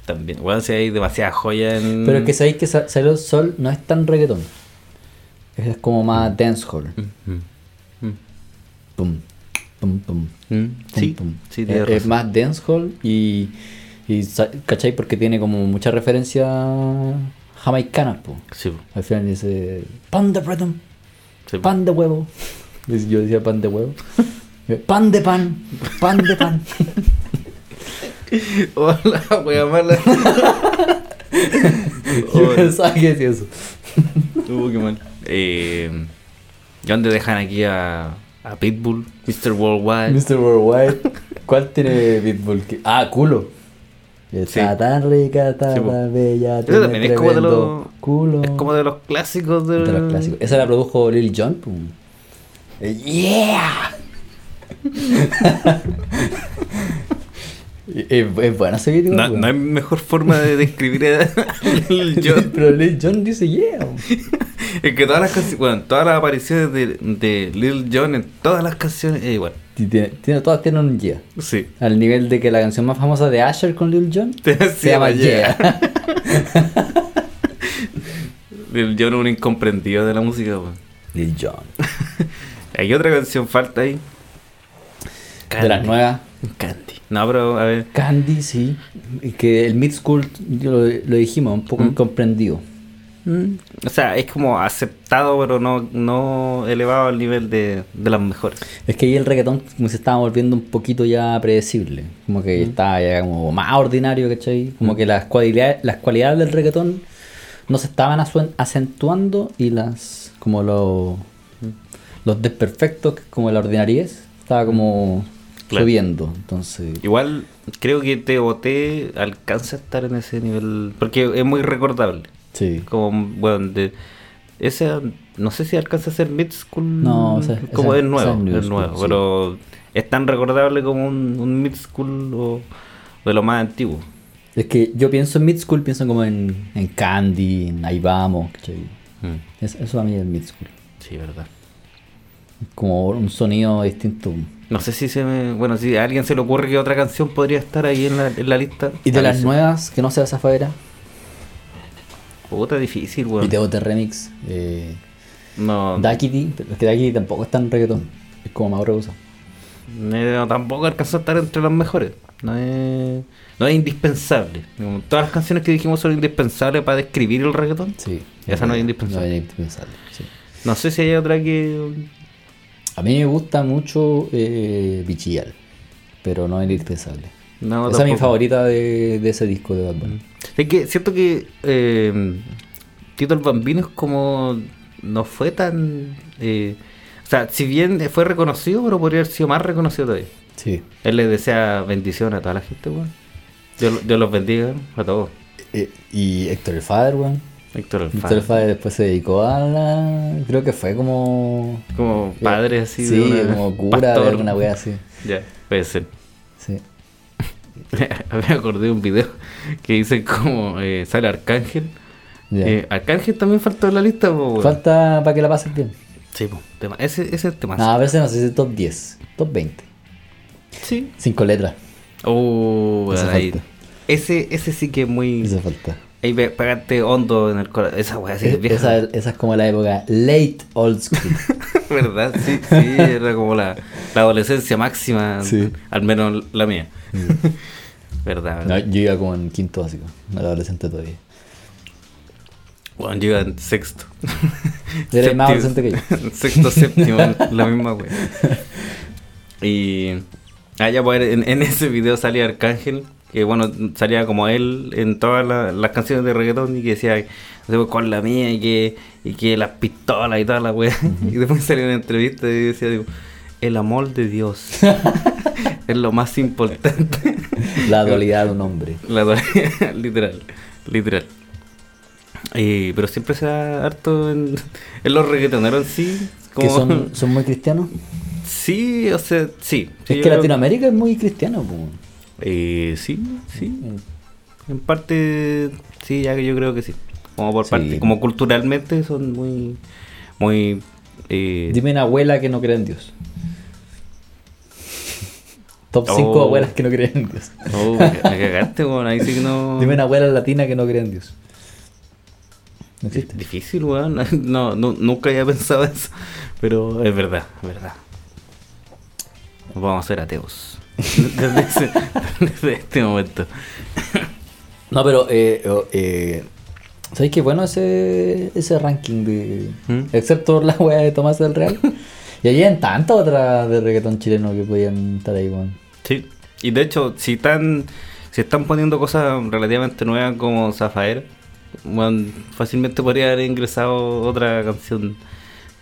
Speaker 2: también. Bueno, si hay demasiada joya en.
Speaker 1: Pero es que sabéis que sa- salió el sol no es tan reggaetón. Es como más dancehall.
Speaker 2: Mm,
Speaker 1: Pum, pum, pum.
Speaker 2: mm,
Speaker 1: pum,
Speaker 2: Sí,
Speaker 1: pum. Eh,
Speaker 2: sí,
Speaker 1: es, es
Speaker 2: tienes razón.
Speaker 1: más dancehall y, y sa- ¿cachai? Porque tiene como mucha referencia jamaicana, po.
Speaker 2: Sí, po,
Speaker 1: Al final dice, pan de rhythm,
Speaker 2: sí, po.
Speaker 1: pan de huevo. Yo decía pan de huevo. Pan de pan, pan de pan.
Speaker 2: Hola, voy a llamarla.
Speaker 1: Yo pensaba que decía eso.
Speaker 2: Uh, qué mal. Eh, ¿y dónde dejan aquí a, a Pitbull, Mr. Worldwide?
Speaker 1: Mr. Worldwide, ¿cuál tiene Pitbull? que- Ah, culo. Está
Speaker 2: Sí.
Speaker 1: tan rica, está
Speaker 2: Sí, po.
Speaker 1: tan bella,
Speaker 2: Eso
Speaker 1: tiene
Speaker 2: también es como de
Speaker 1: tremendo
Speaker 2: los-
Speaker 1: culo.
Speaker 2: Es como de los clásicos del.
Speaker 1: De los clásicos. Esa la produjo Lil Jon. pum. Eh, ¡Yeah! es, es bueno ese video.
Speaker 2: No,
Speaker 1: weón.
Speaker 2: no hay mejor forma de describir a el John.
Speaker 1: Pero Lil Jon dice yeah. weón.
Speaker 2: Es que todas las canciones, bueno, todas las apariciones de, de Lil Jon en todas las canciones es igual.
Speaker 1: Y tiene- tiene- todas tienen un yeah.
Speaker 2: Sí.
Speaker 1: Al nivel de que la canción más famosa de Asher con Lil Jon se llama Yeah.
Speaker 2: Lil Jon es un incomprendido de la música, weón.
Speaker 1: Lil Jon.
Speaker 2: Hay otra canción falta ahí.
Speaker 1: De las nuevas.
Speaker 2: Candy. No, pero a ver.
Speaker 1: Candy, sí. Y Que el mid school, yo lo, lo dijimos, un poco incomprendido.
Speaker 2: O sea, es como aceptado, pero no, no elevado al nivel de, de las mejores.
Speaker 1: Es que ahí el reggaetón como se estaba volviendo un poquito ya predecible. Como que estaba ya como más ordinario, ¿cachai? Como que las cualidades, las cualidades del reggaetón no se estaban asuen- acentuando y las como lo- los desperfectos, como la ordinariez, estaba como
Speaker 2: Claro.
Speaker 1: subiendo. Entonces,
Speaker 2: Igual creo que TOT alcanza a estar en ese nivel, porque es muy recordable.
Speaker 1: sí.
Speaker 2: Como, bueno, de, ese, no sé si alcanza a ser mid school.
Speaker 1: No, o sea,
Speaker 2: como
Speaker 1: esa-
Speaker 2: es nuevo,
Speaker 1: esa es new
Speaker 2: es nuevo,
Speaker 1: school, sí.
Speaker 2: pero es tan recordable como un, un mid school o de lo más antiguo.
Speaker 1: Es que yo pienso en Mid School, pienso como en, en Candy, en Ahí Vamos, ¿cachai? Es- eso a mí es Mid School.
Speaker 2: Sí, verdad.
Speaker 1: Como un sonido distinto.
Speaker 2: No sé si se me, bueno, si a alguien se le ocurre que otra canción podría estar ahí en la, en la lista.
Speaker 1: Y de las
Speaker 2: Avisen.
Speaker 1: nuevas, que no sea Zafaera,
Speaker 2: Puta, difícil, weón.
Speaker 1: y de OT Remix, eh,
Speaker 2: No,
Speaker 1: Daquiti, pero es que Daquiti tampoco es tan reggaetón, es como más otra cosa.
Speaker 2: eh, no, tampoco alcanzó a estar entre los mejores. No es, no es indispensable. Como Todas las canciones que dijimos son indispensables para describir el reggaetón.
Speaker 1: Sí.
Speaker 2: Esa no es indispensable.
Speaker 1: No es indispensable, sí.
Speaker 2: No sé si hay otra que.
Speaker 1: A mí me gusta mucho eh, Bichial, pero no es indispensable.
Speaker 2: No,
Speaker 1: Esa es mi
Speaker 2: tampoco. Mm.
Speaker 1: favorita de, de ese disco de Bad Bunny.
Speaker 2: Es que siento que eh, Tito el Bambino es como. No fue tan. eh, o sea, si bien fue reconocido, pero podría haber sido más reconocido todavía.
Speaker 1: Sí.
Speaker 2: Él le desea bendición a toda la gente, weón. Dios, Dios los bendiga a todos.
Speaker 1: Eh, y Héctor el Father, weón.
Speaker 2: Héctor el
Speaker 1: Héctor el
Speaker 2: Fadel.
Speaker 1: Father después se dedicó a la... Creo que fue como...
Speaker 2: Como padre así. de
Speaker 1: Sí,
Speaker 2: una-
Speaker 1: como cura de
Speaker 2: pastor.
Speaker 1: alguna wea así.
Speaker 2: Ya, puede ser.
Speaker 1: Sí.
Speaker 2: Me acordé de un video que dice como eh, sale Arcángel.
Speaker 1: Ya.
Speaker 2: Eh, Arcángel también faltó en la lista, po, weón.
Speaker 1: Falta para que la pases bien.
Speaker 2: Sí, po. Tema- ese, ese es el tema.
Speaker 1: No, a veces no sé si es top 10, top 20.
Speaker 2: Sí.
Speaker 1: Cinco letras,
Speaker 2: Oh, weón,
Speaker 1: Hace
Speaker 2: ahí.
Speaker 1: falta.
Speaker 2: Ese, ese sí que es muy.
Speaker 1: hizo falta.
Speaker 2: Ahí pe- pegarte hondo en el corazón. Esa weá sí
Speaker 1: Es-
Speaker 2: es vieja.
Speaker 1: E, esa, esa es como la época late old school.
Speaker 2: ¿Verdad? Sí, sí, era como la, la adolescencia máxima,
Speaker 1: Sí. Mm.
Speaker 2: al menos la mía. ¿Verdad?
Speaker 1: No,
Speaker 2: verdad.
Speaker 1: yo iba como en quinto básico, no era adolescente todavía.
Speaker 2: Bueno, yo iba en sexto.
Speaker 1: Era más
Speaker 2: Séptimo.
Speaker 1: adolescente que yo.
Speaker 2: sexto, séptimo, la misma wea. Y. Ah, ya, pues en, en ese video salía Arcángel, que bueno, salía como él en todas la- las canciones de reggaetón y que decía, no sé, con la mía y que, y que las pistolas y toda la wea. Y después salió una entrevista y decía, digo, el amor de Dios es lo más importante.
Speaker 1: La dualidad de un hombre.
Speaker 2: La dualidad, literal, literal. Y- pero siempre se da harto en, en los reggaetoneros en sí.
Speaker 1: Que
Speaker 2: Como,
Speaker 1: son, son muy cristianos.
Speaker 2: Sí, o sea, sí. Sí,
Speaker 1: es
Speaker 2: yo
Speaker 1: que
Speaker 2: creo-
Speaker 1: Latinoamérica es muy cristiano. po.
Speaker 2: Eh, sí, sí. En parte, sí, ya que yo creo que sí. Como por
Speaker 1: Sí.
Speaker 2: parte, como culturalmente son muy, muy... eh,
Speaker 1: Dime una abuela que no cree en Dios. Top
Speaker 2: Oh.
Speaker 1: 5 abuelas que no creen en Dios.
Speaker 2: oh, me cagaste, weón. Ahí sí que no...
Speaker 1: Dime una abuela latina que no cree en Dios. No
Speaker 2: Di-
Speaker 1: existe.
Speaker 2: Difícil, weón. No, no, nunca había pensado eso. Pero es verdad, es verdad. Nos Vamos a ser ateos. Desde, ese- desde este momento.
Speaker 1: No, pero eh, o- eh, ¿sabéis qué bueno ese, ese ranking de.
Speaker 2: ¿Mm?
Speaker 1: Excepto la wea de Tomás del Real. y allí en tantas otras de reggaetón chileno que podían estar ahí, weón.
Speaker 2: Sí. Y de hecho, si están, si están poniendo cosas relativamente nuevas como Zafaera, bueno, fácilmente podría haber ingresado otra canción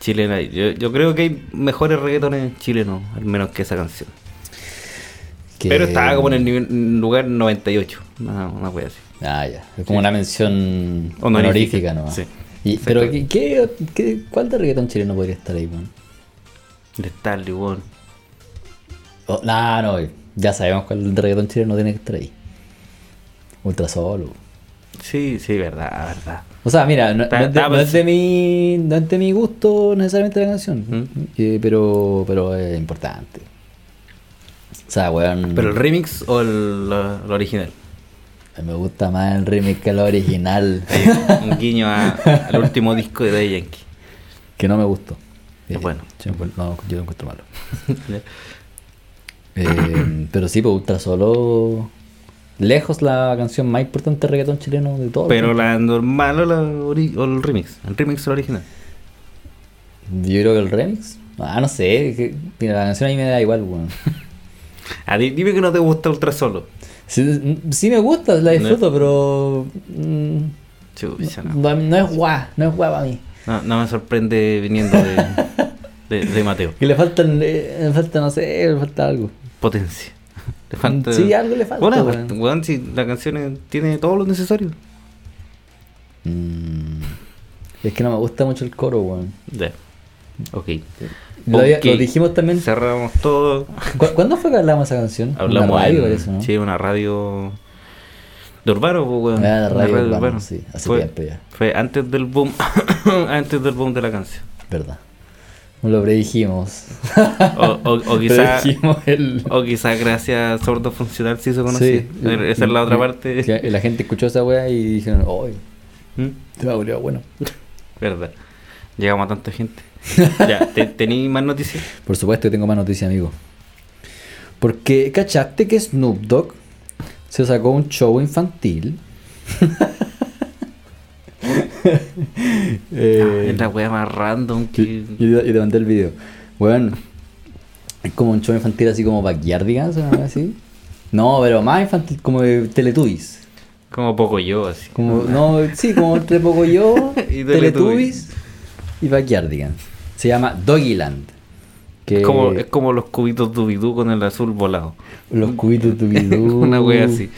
Speaker 2: chilena. ahí. Yo, yo creo que hay mejores reggaetones chilenos, al menos que esa canción.
Speaker 1: Que-
Speaker 2: Pero estaba como en el nivel- lugar 98. Una, una wea así.
Speaker 1: Ah, ya. Es como una mención
Speaker 2: Honorífica.
Speaker 1: honorífica, nomás.
Speaker 2: Sí.
Speaker 1: Y-
Speaker 2: Exacto.
Speaker 1: pero, ¿qué, qué, qué- cuál de reggaetón chileno podría estar ahí, weón?
Speaker 2: De Starly, weón.
Speaker 1: Oh, nah, no, eh, ya sabemos cuál de reggaetón chileno tiene que estar ahí. Ultra solo.
Speaker 2: Sí, sí, verdad, verdad.
Speaker 1: O sea, mira, no,
Speaker 2: Ta-
Speaker 1: no es, de,
Speaker 2: ta-
Speaker 1: no es de mi, no es de mi gusto necesariamente la canción,
Speaker 2: Mm.
Speaker 1: eh, pero, pero es importante. O sea, weón,
Speaker 2: ¿Pero el remix o el, lo, lo original?
Speaker 1: me gusta más el remix que el original,
Speaker 2: Ahí, un guiño a- al último disco de Daddy Yankee.
Speaker 1: que no me gustó. Eh,
Speaker 2: Es bueno.
Speaker 1: yo lo encuentro- no, yo lo encuentro malo. Eh, pero sí, pues Ultra Solo, lejos la canción más importante de reggaetón chileno de todos.
Speaker 2: Pero la normal o, la ori- o el remix. El remix o el original.
Speaker 1: Yo creo que el remix. Ah, no sé. es que- mira, la canción a mí me da igual, weón.
Speaker 2: Ah, di- dime que no te gusta Ultra Solo.
Speaker 1: Sí, sí me gusta, la disfruto, pero. mm,
Speaker 2: Chucha, no.
Speaker 1: No, no es guá, no es guá para mí.
Speaker 2: No, no me sorprende viniendo de, de, de Mateo.
Speaker 1: Que le faltan, eh, le falta, no sé, le falta algo.
Speaker 2: Potencia. Le falta-
Speaker 1: Sí, algo le falta,
Speaker 2: Bueno,
Speaker 1: weón.
Speaker 2: weón, si la canción eh, tiene todo lo necesario.
Speaker 1: Mm. Es que no me gusta mucho el coro, weón.
Speaker 2: Ya. Ok.
Speaker 1: Lo, había-
Speaker 2: Ok.
Speaker 1: lo dijimos también.
Speaker 2: Cerramos todo.
Speaker 1: ¿Cu- ¿Cuándo fue que hablamos esa canción?
Speaker 2: Hablamos
Speaker 1: Una radio,
Speaker 2: en-
Speaker 1: parece, ¿no?
Speaker 2: Sí, una radio de Urbano, pues, weón.
Speaker 1: Ah, de
Speaker 2: Una
Speaker 1: radio Urbano, sí, hace
Speaker 2: fue,
Speaker 1: tiempo ya.
Speaker 2: Fue antes del boom, antes del boom de la canción.
Speaker 1: Verdad. Lo predijimos.
Speaker 2: O, o- o quizá,
Speaker 1: Predijimos el...
Speaker 2: o quizá gracias a Sordo Funcional sí se conocía.
Speaker 1: Sí.
Speaker 2: Esa es la otra parte.
Speaker 1: Que la gente escuchó esa wea y dijeron, ¡Uy!
Speaker 2: ¿Mm?
Speaker 1: Te va a volver bueno.
Speaker 2: Verdad. Llegamos a tanta gente. ya, ¿te, ¿tení más noticias?
Speaker 1: Por supuesto que tengo más noticias, amigo. Porque, ¿cachaste que Snoop Dogg se sacó un show infantil?
Speaker 2: Ah,
Speaker 1: Eh,
Speaker 2: es la wea más random
Speaker 1: Yo,
Speaker 2: que.
Speaker 1: yo te- yo te mandé el video. Weón, es como un show infantil así como backyard, digamos, una wea así. No, pero más infantil, como de Teletubbies.
Speaker 2: Como poco yo, así.
Speaker 1: Como, no, sí, como entre Pocoyo,
Speaker 2: Ah. Y
Speaker 1: Teletubbies,
Speaker 2: Teletubbies.
Speaker 1: y Backyardigans. Se llama Doggyland. Que
Speaker 2: Es como, es como los cubitos dubidú con el azul volado.
Speaker 1: Los cubitos de Ubidú.
Speaker 2: Una wea así.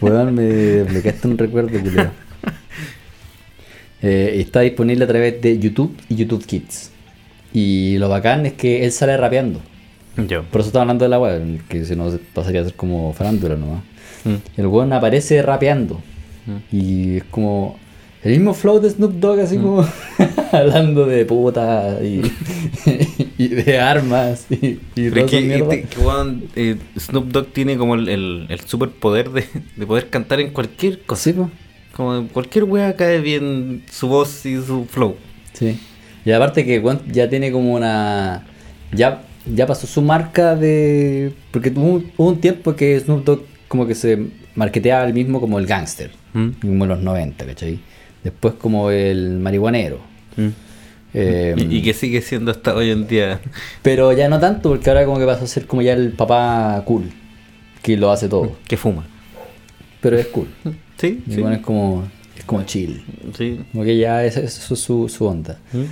Speaker 1: Weón, me desbloqueaste un recuerdo, culiao. Eh, está disponible a través de YouTube y YouTube Kids. Y lo bacán es que él sale rapeando.
Speaker 2: Yo.
Speaker 1: Por eso estaba hablando de la web, que si no se- pasaría a ser como farándula nomás.
Speaker 2: Mm.
Speaker 1: El weón aparece rapeando. Y es como el mismo flow de Snoop Dogg,
Speaker 2: Mm.
Speaker 1: así como hablando de puta y, y de armas y, y
Speaker 2: Pero
Speaker 1: todo
Speaker 2: es que,
Speaker 1: eso.
Speaker 2: este- que, weón, eh, Snoop Dogg tiene como el, el, el superpoder de, de poder cantar en cualquier cosa.
Speaker 1: Sí, po.
Speaker 2: Como en cualquier wea cae bien su voz y su flow.
Speaker 1: Sí. Y aparte que el weón ya tiene como una. Ya, ya pasó su marca de. Porque hubo un, hubo un tiempo que Snoop Dogg como que se marketeaba el mismo como el gángster.
Speaker 2: Mm.
Speaker 1: Como en los 90, ¿cachai? Después como el marihuanero. Eh,
Speaker 2: Mm. Y, y que sigue siendo hasta hoy en día.
Speaker 1: Pero ya no tanto, porque ahora como que pasó a ser como ya el papá cool, que lo hace todo.
Speaker 2: Que fuma.
Speaker 1: Pero es cool.
Speaker 2: Sí,
Speaker 1: Y
Speaker 2: sí.
Speaker 1: bueno, es como, es como chill.
Speaker 2: sí.
Speaker 1: Como que ya es, es su, su- su onda.
Speaker 2: Mm.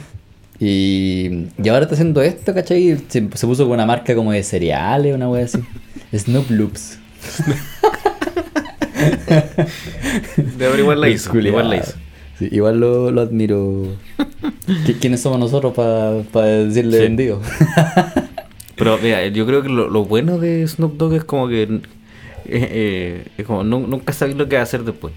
Speaker 1: Y, y ahora está haciendo esto, ¿cachai? Se, se puso con una marca como de cereales, una wea así. Snoop Loops.
Speaker 2: De haber igual la hizo.
Speaker 1: Culeado.
Speaker 2: Igual la hizo.
Speaker 1: Sí, igual lo, lo admiro. ¿Qui- ¿Quiénes somos nosotros para decirle
Speaker 2: Sí.
Speaker 1: vendido?
Speaker 2: Pero mira, yo creo que lo, lo bueno de Snoop Dogg es como que eh, eh, es como nu- nunca sabes lo que va a hacer después.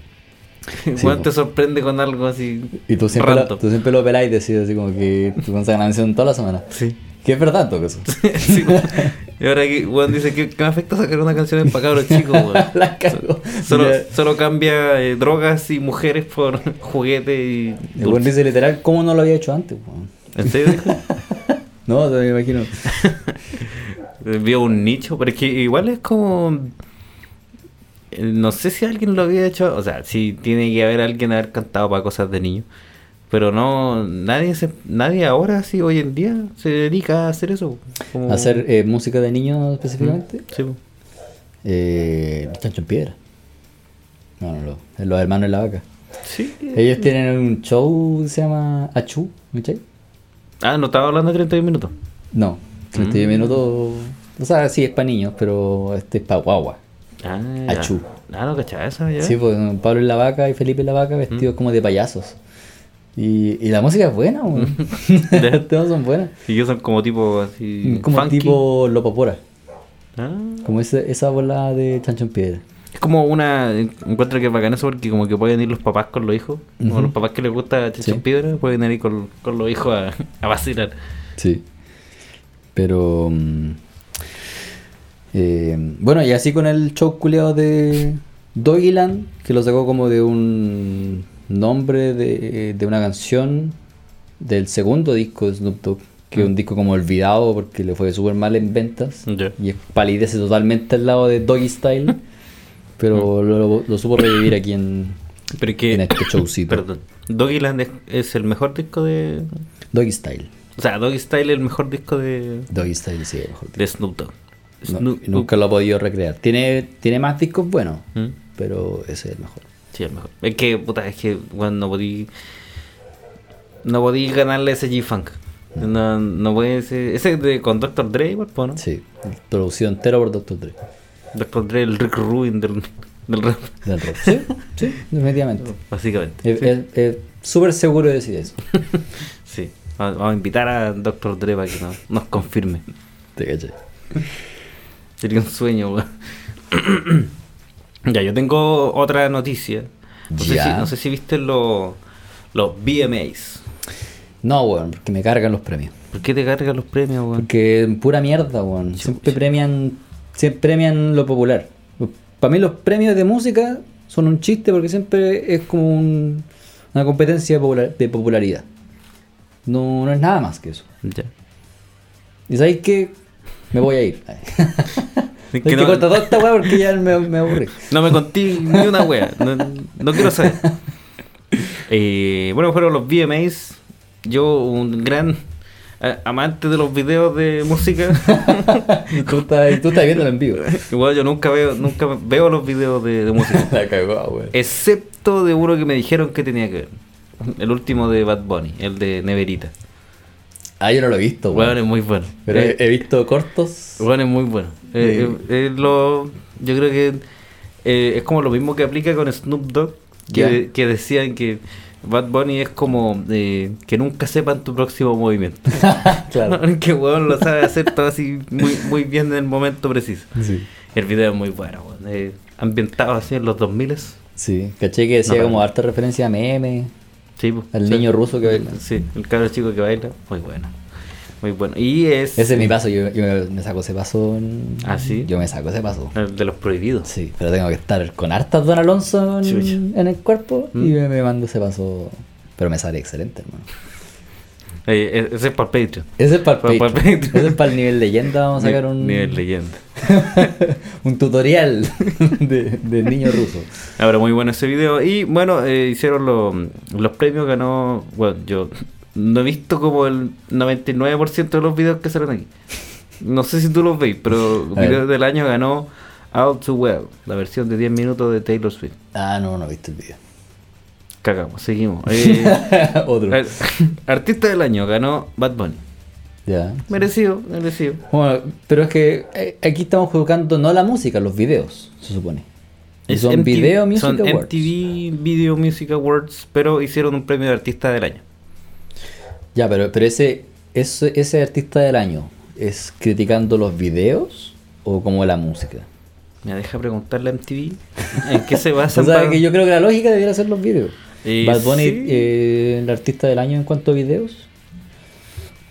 Speaker 2: Igual
Speaker 1: po.
Speaker 2: te sorprende con algo así.
Speaker 1: y tú siempre, lo,
Speaker 2: random.
Speaker 1: tú siempre lo operáis y decís así como que tú pensás en la canción toda la semana.
Speaker 2: Sí.
Speaker 1: Que es verdad todo eso.
Speaker 2: Sí, po. y ahora que Juan dice que, que me afecta sacar una canción para cabros chicos, weón.
Speaker 1: La cago.
Speaker 2: Solo,
Speaker 1: Ya.
Speaker 2: solo cambia eh, drogas y mujeres por juguetes y
Speaker 1: El weón
Speaker 2: dulces.
Speaker 1: dice literal, ¿cómo no lo había hecho antes? weón?
Speaker 2: ¿En serio? dijo?
Speaker 1: No, o sea, me imagino.
Speaker 2: Vio un nicho, pero es que igual es como. eh, No sé si alguien lo había hecho. O sea, si tiene que haber alguien haber cantado para cosas de niño. Pero no, nadie se, nadie ahora, sí, hoy en día, se dedica a hacer eso. como-
Speaker 1: Hacer eh, música de niños específicamente.
Speaker 2: Sí, po.
Speaker 1: Eh, Chancho en piedra. No, no, lo- los hermanos de la vaca.
Speaker 2: Sí.
Speaker 1: Ellos tienen un show que se llama Achú, ¿cachai?
Speaker 2: Ah, no estaba hablando de 31 minutos.
Speaker 1: No, 31
Speaker 2: Mm.
Speaker 1: minutos. O sea, sí, es para niños, pero este es para guagua.
Speaker 2: Ah, ya.
Speaker 1: Achú.
Speaker 2: Ah, no cachaba esa ya. Mm.
Speaker 1: Sí, pues Pablo en la vaca y Felipe en la vaca vestidos como de payasos. Y, y la música es buena, weón. Los temas son buenas.
Speaker 2: Y ellos son como tipo así.
Speaker 1: Como
Speaker 2: funky.
Speaker 1: tipo Lopopora.
Speaker 2: Ah.
Speaker 1: Como ese- esa bola de chancho en piedra.
Speaker 2: Es como una. Encuentro que es bacán eso porque como que pueden ir los papás con los hijos. Como los papás que les gusta Chichón Piedra, pueden ir con, con los hijos a, a vacilar.
Speaker 1: Sí. Pero. mm, eh, bueno, y así con el show culeado de Doggyland, que lo sacó como de un nombre de, de una canción del segundo disco de Snoop Dogg, que
Speaker 2: Mm.
Speaker 1: es un disco como olvidado porque le fue súper mal en ventas.
Speaker 2: Ya.
Speaker 1: Y es palidece totalmente al lado de Doggy Style. Pero lo, lo supo revivir aquí en
Speaker 2: Pero es que.
Speaker 1: En este showcito.
Speaker 2: Perdón. Doggyland es, es el mejor disco de.
Speaker 1: Doggy Style.
Speaker 2: O sea, Doggy Style es el mejor disco de,
Speaker 1: Doggy Style, sí, es mejor.
Speaker 2: de Snoop Dogg.
Speaker 1: No,
Speaker 2: Snoop
Speaker 1: nunca lo he podido recrear. Tiene, tiene más discos buenos,
Speaker 2: ¿Mm?
Speaker 1: pero ese es el mejor.
Speaker 2: Sí, es mejor. Es que, puta, es que, bueno, no podí. No podí ganarle ese G-Funk. No, no puede ser. Ese es de, con Dr. Dre, igual, po, ¿no?
Speaker 1: Mm. Sí, producido entero por Dr. Dre.
Speaker 2: Dr. Dre, el Rick Rubin del, del rap,
Speaker 1: Del rock. Sí, sí, definitivamente.
Speaker 2: básicamente.
Speaker 1: Es- es- es Súper seguro de decir eso.
Speaker 2: Sí. Va- Vamos a invitar a Dr. Dre para que no- nos confirme.
Speaker 1: Te caché.
Speaker 2: Sería un sueño, weón. ya, yo tengo otra noticia. No, sé
Speaker 1: Ya.
Speaker 2: si, no sé si viste los, los VMAs.
Speaker 1: No, weón, porque me cargan los premios.
Speaker 2: ¿Por qué te cargan los premios, weón?
Speaker 1: Porque pura mierda, weón. Siempre premian, siempre premian lo popular. Para mí los premios de música son un chiste porque siempre es como un- una competencia de, popular- de popularidad. No, no es nada más que eso.
Speaker 2: Ya.
Speaker 1: Y sabéis que me voy a ir.
Speaker 2: que
Speaker 1: Hay que
Speaker 2: no-
Speaker 1: cortar toda esta weá porque ya me, me aburrí.
Speaker 2: No me conté ni una wea. No, no quiero saber. Eh, bueno, fueron los VMAs. Yo, un gran eh, amante de los videos de música.
Speaker 1: tú, estás, tú estás viéndolo en vivo.
Speaker 2: Igual yo nunca veo, nunca veo los videos de, de música.
Speaker 1: La cagó, weón.
Speaker 2: Excepto de uno que me dijeron que tenía que ver. El último de Bad Bunny, el de Neverita.
Speaker 1: Ah, yo no lo he visto, weón.
Speaker 2: Weón, es muy bueno.
Speaker 1: Pero
Speaker 2: Eh,
Speaker 1: he, he visto cortos.
Speaker 2: Bueno, es muy bueno. Eh, eh, eh, lo, yo creo que eh, es como lo mismo que aplica con Snoop Dogg, que,
Speaker 1: Ya.
Speaker 2: que decían que Bad Bunny es como eh, que nunca sepan tu próximo movimiento.
Speaker 1: claro.
Speaker 2: que weón lo sabe hacer todo así muy, muy bien en el momento preciso.
Speaker 1: Sí.
Speaker 2: El video es muy bueno, weón. Eh, ambientado así en los 2000
Speaker 1: Sí, caché que decía
Speaker 2: No,
Speaker 1: como harta referencia a memes.
Speaker 2: Sí, po.
Speaker 1: Al
Speaker 2: Sí.
Speaker 1: niño ruso que baila.
Speaker 2: Sí, el cabro chico que baila. Muy bueno. Muy bueno. Y es.
Speaker 1: Ese es mi paso, yo, yo me- me saco ese paso. en-
Speaker 2: ¿Ah, sí? Ah.
Speaker 1: Yo me saco ese paso.
Speaker 2: el de los prohibidos.
Speaker 1: Sí, pero tengo que estar con hartas Don Alonso en,
Speaker 2: Chucha.
Speaker 1: en el cuerpo y
Speaker 2: Mm.
Speaker 1: me, me mando ese paso. Pero me sale excelente, hermano.
Speaker 2: Eh, ese es para Patreon.
Speaker 1: Ese es para
Speaker 2: Pa-
Speaker 1: el
Speaker 2: pa-
Speaker 1: Patreon.
Speaker 2: Patreon.
Speaker 1: Ese es para el nivel leyenda. Vamos a
Speaker 2: Ni-
Speaker 1: sacar un,
Speaker 2: Nivel leyenda.
Speaker 1: un tutorial de, de niño ruso.
Speaker 2: Ahora, muy bueno ese video. Y bueno, eh, hicieron lo- los premios, ganó. Bueno, yo no he visto como el 99% de los videos que salen aquí. No sé si tú los veis, pero
Speaker 1: A ver.
Speaker 2: video del año ganó Out to Well, la versión de 10 minutos de Taylor Swift.
Speaker 1: Ah, no, no he visto el video.
Speaker 2: Cagamos, seguimos. Eh,
Speaker 1: Otro.
Speaker 2: ar- artista del año ganó Bad Bunny.
Speaker 1: Ya.
Speaker 2: Merecido, merecido.
Speaker 1: Bueno, pero es que eh, aquí estamos jugando no la música, los videos, se supone. Y
Speaker 2: Es
Speaker 1: son
Speaker 2: MTV
Speaker 1: Video Music
Speaker 2: son
Speaker 1: Awards.
Speaker 2: MTV Video Music Awards, pero hicieron un premio de artista del año.
Speaker 1: Ya, pero, pero ese, ese, ese artista del año, ¿es criticando los videos o como la música?
Speaker 2: Me deja preguntarle a MTV en qué se
Speaker 1: O sea,
Speaker 2: basa.
Speaker 1: que yo creo que la lógica debiera ser los videos.
Speaker 2: Eh,
Speaker 1: Bad Bunny,
Speaker 2: sí.
Speaker 1: eh, el artista del año en cuanto a videos.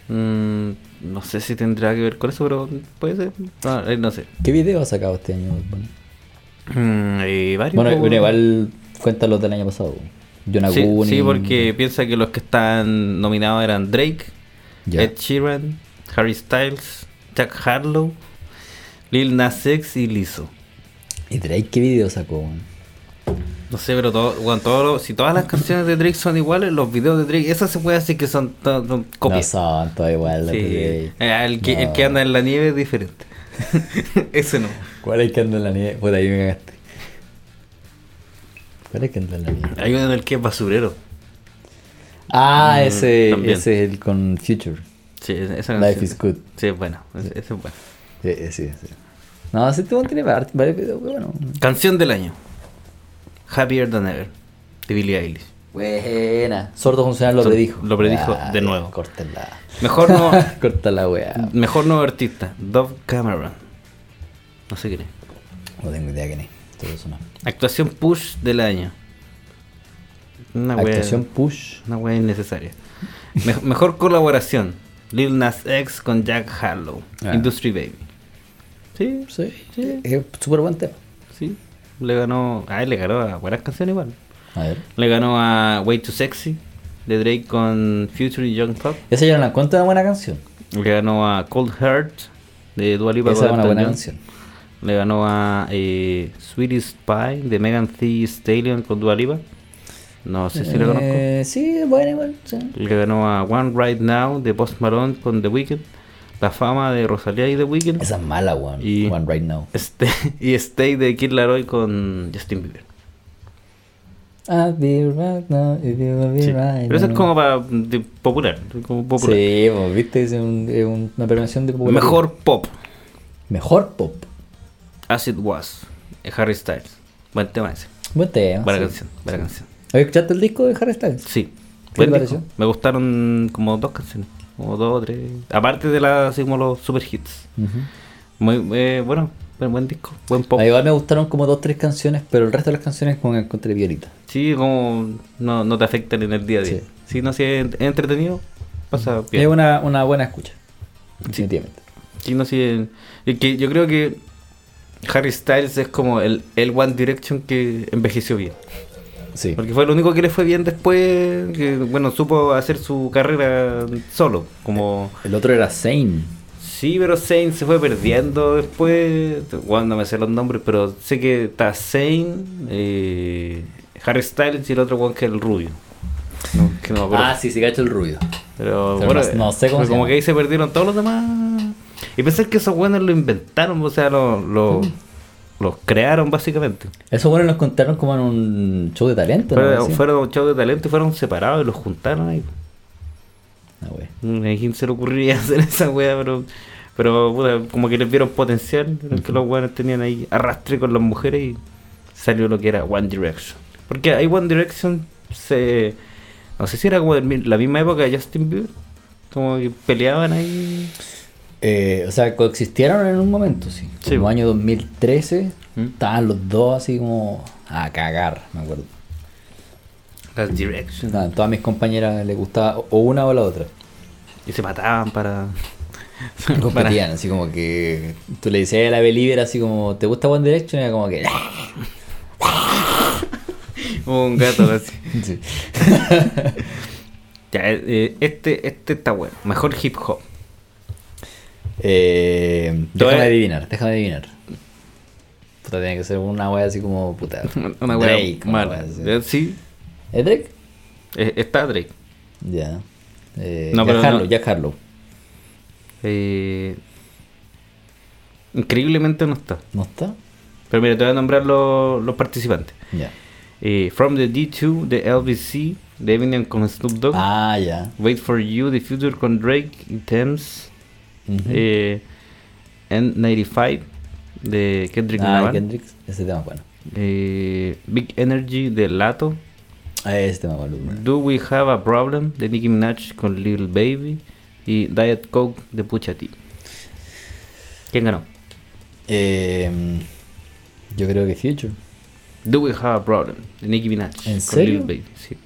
Speaker 2: Mm, no sé si tendrá que ver con eso, pero puede ser. Ah, eh, no sé.
Speaker 1: ¿Qué video ha sacado este año Bad Bunny?
Speaker 2: Mm, eh, varios,
Speaker 1: Bueno,
Speaker 2: po,
Speaker 1: bueno, igual cuenta los del año pasado.
Speaker 2: Sí,
Speaker 1: Yonaguni.
Speaker 2: sí, porque piensa que los que están nominados eran Drake,
Speaker 1: Ya.
Speaker 2: Ed Sheeran, Harry Styles, Jack Harlow, Lil Nas X y Lizzo.
Speaker 1: ¿Y Drake qué video sacó? weón?
Speaker 2: No sé, pero todo, bueno, todo lo- si todas las canciones de Drake son iguales, los videos de Drake, esas se puede decir que son, to- son
Speaker 1: No
Speaker 2: copias.
Speaker 1: son, todo igual.
Speaker 2: Sí,
Speaker 1: Drake.
Speaker 2: eh, el, que, el que
Speaker 1: No.
Speaker 2: anda en la nieve es diferente. Ese no.
Speaker 1: ¿Cuál es que anda en la nieve? Puta, ahí me cagaste. ¿Cuál es que anda en la nieve?
Speaker 2: Hay uno en el que es basurero.
Speaker 1: Ah,
Speaker 2: Mm,
Speaker 1: ese,
Speaker 2: también.
Speaker 1: ese es el con Future.
Speaker 2: Sí, esa esa
Speaker 1: Life
Speaker 2: canción.
Speaker 1: is good.
Speaker 2: Sí, es bueno. es- Ese es bueno.
Speaker 1: Sí, sí, sí. No, ese tipo tiene var- varios videos, weón.
Speaker 2: Canción del año. Happier Than Ever. De Billie Eilish.
Speaker 1: Buena. Sordo Funcional lo
Speaker 2: Sor-
Speaker 1: predijo.
Speaker 2: lo predijo de nuevo.
Speaker 1: Córtala.
Speaker 2: Mejor no,
Speaker 1: Córtala, weá.
Speaker 2: mejor nuevo artista. Dove Cameron. No sé quién es.
Speaker 1: No tengo idea quién es. Todo eso no.
Speaker 2: Actuación push del año. Una wea,
Speaker 1: Actuación push.
Speaker 2: Una wea innecesaria. Me- mejor colaboración. Lil Nas X con Jack Harlow.
Speaker 1: Ah.
Speaker 2: Industry Baby. Sí,
Speaker 1: Sí,
Speaker 2: sí.
Speaker 1: Es súper buen tema.
Speaker 2: sí. Le ganó. Ah, le ganó a buenas canciones igual.
Speaker 1: A ver.
Speaker 2: Le ganó a Way Too Sexy de Drake con Future y Young Pop.
Speaker 1: Esa yo no la encuentro una buena canción.
Speaker 2: Le ganó a Cold Heart de Dua Lipa
Speaker 1: Esa es
Speaker 2: con
Speaker 1: una
Speaker 2: Elton
Speaker 1: buena
Speaker 2: John.
Speaker 1: canción.
Speaker 2: Le ganó a eh, Sweetest Pie de Megan Thee Stallion con Dua Lipa. No sé si le conozco.
Speaker 1: Eh, sí, bueno, igual. sí.
Speaker 2: Le ganó a One Right Now de Post Malone con The Weeknd. La fama de Rosalía y The Weeknd.
Speaker 1: Esa es mala, weón.
Speaker 2: Y-
Speaker 1: One right now.
Speaker 2: Este- y Stay de Kid Laroi con Justin Bieber.
Speaker 1: I'll be right now if you will be
Speaker 2: Sí.
Speaker 1: right
Speaker 2: Pero eso es
Speaker 1: now.
Speaker 2: como para de popular. Como popular.
Speaker 1: Sí, vos, viste, es un- es un- una perversión de popularidad.
Speaker 2: Mejor pop.
Speaker 1: Mejor pop.
Speaker 2: As It Was. de Harry Styles. Buen tema ese.
Speaker 1: Buen tema.
Speaker 2: Buena
Speaker 1: Ah, sí.
Speaker 2: canción. Buena canción.
Speaker 1: ¿Habéis escuchado el disco de Harry Styles?
Speaker 2: Sí.
Speaker 1: te
Speaker 2: Buen
Speaker 1: pareció?
Speaker 2: disco. Me gustaron como dos canciones. Como dos o tres. Aparte de las así como los super hits. Muy eh, bueno. Buen, buen disco. Buen pop.
Speaker 1: A Ah, igual me gustaron como dos, tres canciones, pero el resto de las canciones como que encontré violita.
Speaker 2: Sí, como no, no te afectan en el día a día.
Speaker 1: Sí.
Speaker 2: Si no si es ent- entretenido, pasa bien.
Speaker 1: Es una, una buena escucha. Definitivamente.
Speaker 2: Sí, no, sí, eh, que yo creo que Harry Styles es como el, el One Direction que envejeció bien.
Speaker 1: Sí.
Speaker 2: Porque fue lo único que le fue bien después, que bueno, supo hacer su carrera solo. Como,
Speaker 1: El otro era Zane.
Speaker 2: sí, pero Zayn se fue perdiendo después. Bueno, no me sé los nombres, pero sé que está Zayn, eh, Harry Styles y el otro one que es el rubio. No, que no me acuerdo.
Speaker 1: Ah, sí, sí, cacho el ruido.
Speaker 2: Pero
Speaker 1: Pero
Speaker 2: bueno,
Speaker 1: no- no sé cómo
Speaker 2: fue
Speaker 1: se
Speaker 2: como
Speaker 1: llama.
Speaker 2: que ahí se perdieron todos los demás. Y pensar que esos buenos lo inventaron, o sea, lo- lo- los crearon básicamente.
Speaker 1: Eso bueno, nos contaron como en un show de talento,
Speaker 2: Fueron,
Speaker 1: ¿no? Sí.
Speaker 2: fueron un show de talento y fueron separados y los juntaron ahí.
Speaker 1: Ah, wey.
Speaker 2: Mm, A quién se le ocurría hacer esa wea, pero, pero puta, como que les vieron potencial, vieron que los buenos tenían ahí arrastre con las mujeres y salió lo que era One Direction. Porque ahí One Direction se. No sé si era como del mi- la misma época de Justin Bieber. Como que peleaban ahí.
Speaker 1: Eh, o sea, coexistieron en un momento, sí.
Speaker 2: Sí.
Speaker 1: Como año 2013,
Speaker 2: ¿Mm?
Speaker 1: estaban los dos así como a cagar, me acuerdo.
Speaker 2: Las Direction.
Speaker 1: Nada, todas mis compañeras les gustaba o una o la otra.
Speaker 2: Y se mataban para. para-
Speaker 1: Competían, así como que tú le decías a la Believer así como, ¿te gusta One Direction? Y era como que...
Speaker 2: un gato así.
Speaker 1: Sí.
Speaker 2: Ya, eh, este, este está bueno. Mejor hip hop.
Speaker 1: Eh,
Speaker 2: Todo
Speaker 1: déjame
Speaker 2: es-
Speaker 1: adivinar, déjame adivinar. Puta, tiene que ser una wea así como, puta.
Speaker 2: Una wea
Speaker 1: Drake, una
Speaker 2: mala.
Speaker 1: wea así.
Speaker 2: Eh, Sí,
Speaker 1: ¿Es Drake?
Speaker 2: eh, está Drake.
Speaker 1: Ya. Eh,
Speaker 2: No,
Speaker 1: Jack
Speaker 2: pero
Speaker 1: Harlow,
Speaker 2: no.
Speaker 1: Jack Harlow.
Speaker 2: Eh, increíblemente no está.
Speaker 1: ¿No está?
Speaker 2: Pero mira, te voy a nombrar los- los participantes.
Speaker 1: Ya.
Speaker 2: Eh, From the D2, The LBC, The Eminem con Snoop Dogg,
Speaker 1: Ah, ya.
Speaker 2: Wait for You, The Future con Drake y Thames,
Speaker 1: Ujú.
Speaker 2: eh, N95 de Kendrick
Speaker 1: ah,
Speaker 2: Lamar.
Speaker 1: Kendrick, ese tema es bueno.
Speaker 2: Eh, Big Energy de Lato.
Speaker 1: Ah, Ese tema es bueno.
Speaker 2: Do We Have a Problem de Nicki Minaj con Little Baby. Y Diet Coke de Pucha T. ¿Quién ganó?
Speaker 1: Eh, yo creo que Future.
Speaker 2: Do We Have a Problem de Nicki Minaj
Speaker 1: ¿En
Speaker 2: con
Speaker 1: serio?
Speaker 2: Little Baby. sí.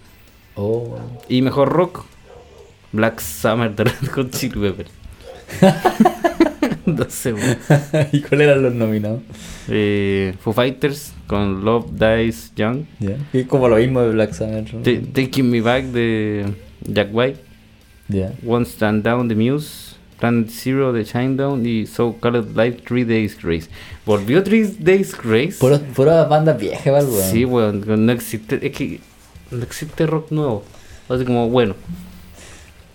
Speaker 1: Oh.
Speaker 2: Y mejor rock, Black Summer de Red Hot Chili Peppers. no sé, weón.
Speaker 1: ¿Y cuáles eran los nominados?
Speaker 2: Eh, Foo Fighters con Love Dies Young.
Speaker 1: Ya. Es como lo mismo de Black Summer. ¿no?
Speaker 2: Ta- Taking Me Back de Jack White.
Speaker 1: Ya.
Speaker 2: One Stand Down The Muse, Planet Zero The Shinedown y So Called Life Three Days Grace. ¿Volvió Three Days Grace?
Speaker 1: Puras puras bandas viejas, igual, weón.
Speaker 2: Sí, weón, no existe, es que no existe rock nuevo. Así como, bueno.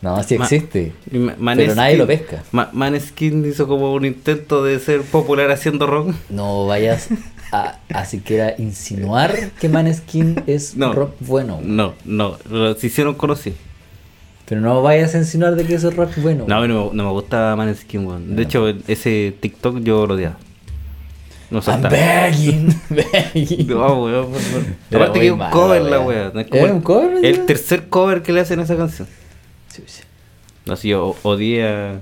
Speaker 1: No, sí
Speaker 2: Ma-
Speaker 1: existe.
Speaker 2: y Ma-
Speaker 1: pero nadie
Speaker 2: Maneskin-
Speaker 1: lo pesca.
Speaker 2: Ma- Maneskin hizo como un intento de ser popular haciendo rock.
Speaker 1: No vayas a, a siquiera insinuar que Maneskin es
Speaker 2: No.
Speaker 1: rock bueno.
Speaker 2: No, no, lo- se hicieron conocidos.
Speaker 1: Pero no vayas a insinuar de que eso es rock bueno.
Speaker 2: No, a mí no, me- no me gusta Maneskin, weón. De hecho, ese TikTok yo lo odiaba. No sé
Speaker 1: I'm
Speaker 2: hasta-
Speaker 1: begging, begging.
Speaker 2: No, weón. por favor.
Speaker 1: Era
Speaker 2: Aparte
Speaker 1: muy
Speaker 2: que es un
Speaker 1: mala,
Speaker 2: cover la
Speaker 1: weón.
Speaker 2: weá. no es
Speaker 1: ¿Era
Speaker 2: como el-
Speaker 1: un cover,
Speaker 2: El
Speaker 1: ya?
Speaker 2: tercer cover que le hacen a esa canción.
Speaker 1: Sí, sí.
Speaker 2: No sé, yo o- odié a-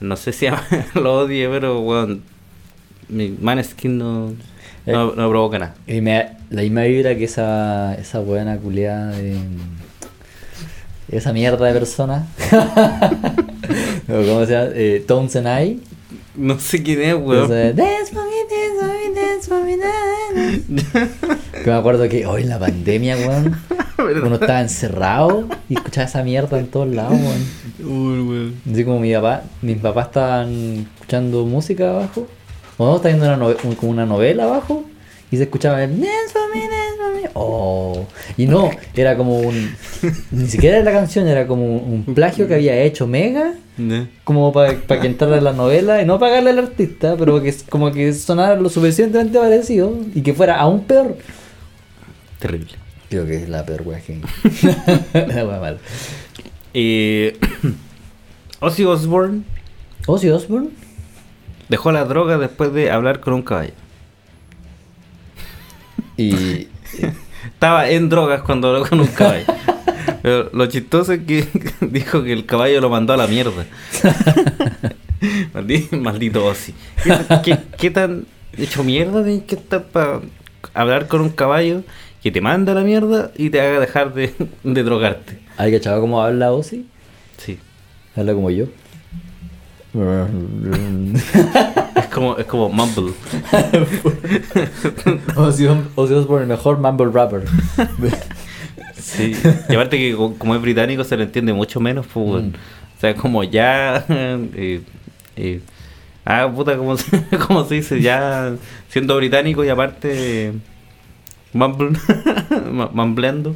Speaker 2: No sé si a- lo odié, pero weón. Mi maneskin no,
Speaker 1: Eh.
Speaker 2: no, no provoca nada.
Speaker 1: Y me da la misma vibra que esa, esa buena culiada de. Esa mierda de persona. No, ¿Cómo se llama? Eh, Tones and I.
Speaker 2: No sé quién es,
Speaker 1: Esa
Speaker 2: weón.
Speaker 1: de, Dance for me, dance for me, dance for me, dance". Que me acuerdo que hoy en la pandemia, weón. Uno estaba encerrado y escuchaba esa mierda en todos lados, weón.
Speaker 2: Uy, weón.
Speaker 1: Así como mi papá, mis papás estaban escuchando música abajo. O no, está viendo una, nove- un- como una novela abajo. Y se escuchaba el Dance for me, dance for me. Oh. Y no, era como un. Ni siquiera era la canción, era como un, un plagio que había hecho Mega.
Speaker 2: Ne.
Speaker 1: Como para que entrara en la novela y no pagarle al artista, pero que es- como que sonara lo suficientemente parecido y que fuera aún peor.
Speaker 2: Terrible.
Speaker 1: Creo que es la peor wea que. la wea mal.
Speaker 2: Eh, Ozzy Osbourne
Speaker 1: Ozzy Osbourne.
Speaker 2: dejó la droga después de hablar con un caballo.
Speaker 1: Y.
Speaker 2: Estaba en drogas cuando habló con un caballo. Pero lo chistoso es que dijo que el caballo lo mandó a la mierda. Maldi- maldito Ozzy. ¿Qué, qué- qué tan hecho mierda tienes que estar para hablar con un caballo que te manda a la mierda y te haga dejar de, de drogarte?
Speaker 1: ¿Hay cachado cómo habla Ozzy?
Speaker 2: Sí.
Speaker 1: Habla como yo.
Speaker 2: Es como, es como mumble.
Speaker 1: Ozzy Os- Ozzy Osbourne, el mejor mumble rapper.
Speaker 2: Sí. Y aparte que co- como es británico se le entiende mucho menos, pues, weón. O sea, como ya... eh, eh, ah, puta, como se, como se dice, ya siendo británico y aparte... mumble- ma- mumbleando.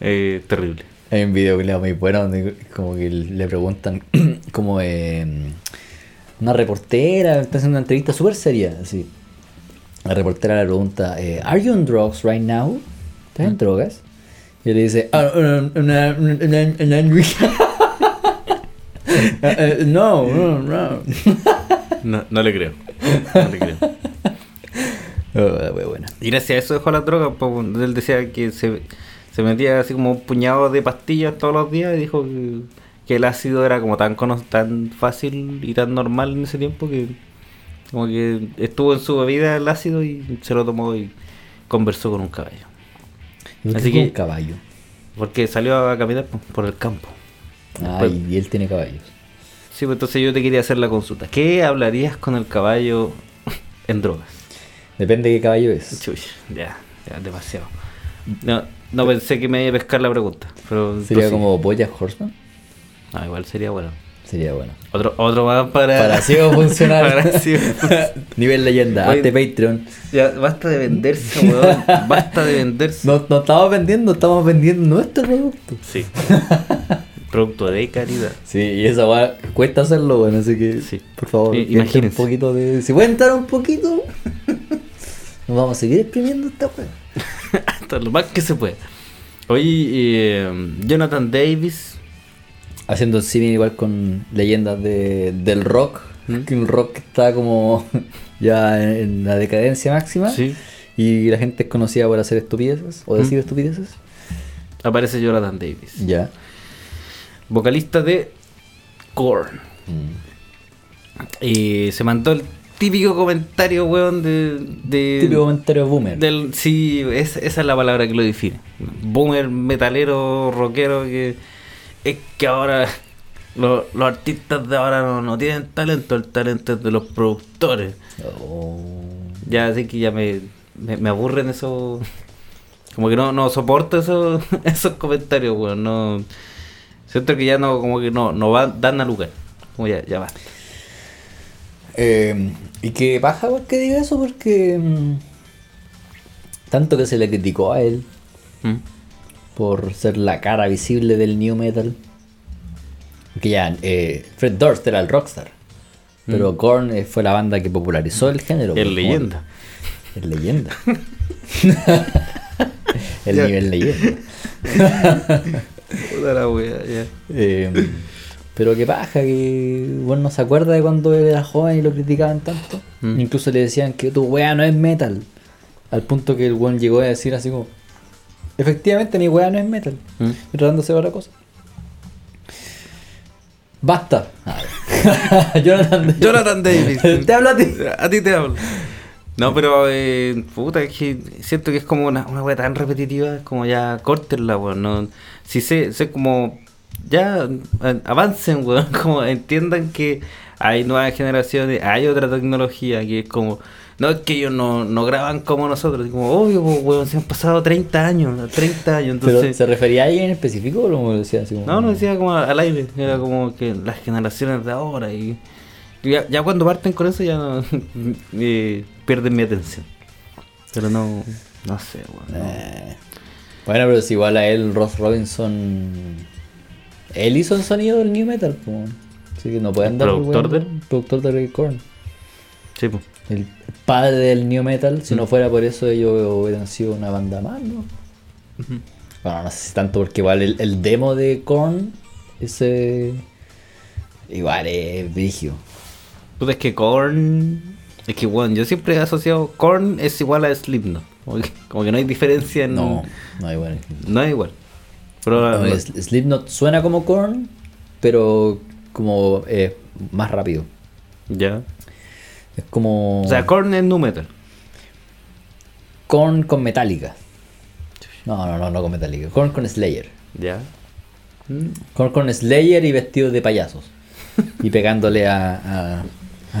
Speaker 2: eh, terrible.
Speaker 1: Hay un video que leo muy bueno donde como que le preguntan como eh, una reportera, está haciendo una entrevista súper seria, así. La reportera le pregunta, eh, ¿Are you on drugs right now? ¿Estás en drogas? Y él le dice, "Ah, um, um, um, um, um, um, um, eh, eh, No, no, no.
Speaker 2: No, no le creo. No le creo.
Speaker 1: Oh, muy buena.
Speaker 2: Y gracias a eso dejó las drogas, pues, bueno, él decía que se, se metía así como un puñado de pastillas todos los días y dijo que, que el ácido era como tan cono- tan fácil y tan normal en ese tiempo que como que estuvo en su bebida el ácido y se lo tomó y conversó con un caballo.
Speaker 1: Nunca
Speaker 2: Así
Speaker 1: tuvo
Speaker 2: que-
Speaker 1: un caballo.
Speaker 2: Porque salió a caminar po- por el campo.
Speaker 1: Ah,
Speaker 2: Pues-
Speaker 1: y él tiene caballos.
Speaker 2: Sí, pues entonces yo te quería hacer la consulta. ¿Qué hablarías con el caballo en drogas?
Speaker 1: Depende de qué caballo es.
Speaker 2: Chuy, ya, ya, demasiado. No, no pensé que me iba a pescar la pregunta, pero... tú
Speaker 1: Sería
Speaker 2: sí.
Speaker 1: como Boya Horseman.
Speaker 2: No, Ah, igual sería bueno.
Speaker 1: Sería bueno.
Speaker 2: Otro, otro más para...
Speaker 1: Para ciego funcional.
Speaker 2: Ah. Para ciego.
Speaker 1: Nivel leyenda,
Speaker 2: Oye,
Speaker 1: hazte Patreon.
Speaker 2: Ya, basta de venderse, weón. Basta de venderse.
Speaker 1: No, no estamos vendiendo, estamos vendiendo nuestro producto.
Speaker 2: Sí. Producto de calidad.
Speaker 1: Sí, y esa va, cuesta hacerlo, bueno, así que
Speaker 2: Sí.
Speaker 1: por favor,
Speaker 2: I-
Speaker 1: denle un
Speaker 2: imagínense.
Speaker 1: poquito de. Si pueden dar un poquito, nos vamos a seguir exprimiendo esta weá.
Speaker 2: Hasta lo más que se puede. Oye, eh, Jonathan Davis.
Speaker 1: Haciendo cine igual con leyendas de, del rock,
Speaker 2: ¿Mm?
Speaker 1: que un rock que está como ya en la decadencia máxima.
Speaker 2: Sí. Mm.
Speaker 1: Y la gente es conocida por hacer estupideces o decir estupideces.
Speaker 2: Aparece Jonathan Davis.
Speaker 1: Ya.
Speaker 2: Vocalista de Korn.
Speaker 1: Mm.
Speaker 2: Eh, se mandó el típico comentario, weón, de... de
Speaker 1: Típico comentario boomer.
Speaker 2: Del, sí, es- esa es la palabra que lo define. Boomer, metalero, rockero, que es que ahora lo- los artistas de ahora no, no tienen talento, el talento es de los productores.
Speaker 1: Oh.
Speaker 2: Ya así que ya me, me, me aburren esos... Como que no, no soporto esos, esos comentarios, weón. No, siento que ya no, como que no, no van, dan a lugar. Como ya, ya basta.
Speaker 1: Eh, y que paja weón, que diga eso porque mm, tanto que se le criticó a él
Speaker 2: Mm.
Speaker 1: por ser la cara visible del new metal. Que ya, eh, Fred Durst era el rockstar. Pero Korn eh, fue la banda que popularizó el género.
Speaker 2: Es
Speaker 1: weón.
Speaker 2: leyenda.
Speaker 1: Es leyenda. el nivel leyenda.
Speaker 2: Puta la wea, ya.
Speaker 1: Eh, pero qué paja que bueno no se acuerda de cuando él era joven y lo criticaban tanto.
Speaker 2: Mm.
Speaker 1: Incluso le decían que tu wea no es metal. Al punto que el weón llegó a decir así como, efectivamente mi wea no es metal.
Speaker 2: Mm.
Speaker 1: Y tratándose de otra cosa. Basta. Jonathan.
Speaker 2: Ah. Jonathan Davis.
Speaker 1: Te hablo a ti.
Speaker 2: A ti te hablo. No, pero eh, puta, es que siento que es como una, una wea tan repetitiva, es como ya córtenla, weón. No, si sé, sé como ya eh, avancen, weón, como entiendan que hay nuevas generaciones, hay otra tecnología que es como, no es que ellos no, no graban como nosotros, es como obvio, pues, weón, se han pasado 30 años, 30 años,
Speaker 1: Pero,
Speaker 2: entonces...
Speaker 1: ¿Se refería a alguien en específico o lo decía así como?
Speaker 2: No, no decía como al aire, era como que las generaciones de ahora y y ya, ya cuando parten con eso ya no, eh, pierden mi atención. Pero no, no sé, weón. no.
Speaker 1: Eh, Bueno, pero si igual a él, Ross Robinson. Él hizo el sonido del New Metal, po. Así que no pueden
Speaker 2: ¿El
Speaker 1: dar
Speaker 2: productor del-
Speaker 1: productor de Red Korn.
Speaker 2: Sí, po.
Speaker 1: El padre del New Metal, si no fuera por eso, ellos hubieran sido una banda más, ¿no? Bueno, no sé si tanto porque igual el, el demo de Korn, ese... Igual es vigio.
Speaker 2: Puta, es que Korn. Es que, bueno, yo siempre he asociado. Korn es igual a Slipknot. Como que, como que no hay diferencia en.
Speaker 1: No, no hay bueno.
Speaker 2: No es igual. Pero.
Speaker 1: No, es- Slipknot suena como Korn, pero como eh, más rápido.
Speaker 2: Ya.
Speaker 1: Es como
Speaker 2: O sea, Korn es nu metal.
Speaker 1: Korn con Metallica. No, no, no, no con Metallica. Korn con Slayer.
Speaker 2: Ya. Mm.
Speaker 1: Korn con Slayer y vestido de payasos. Y pegándole a, a,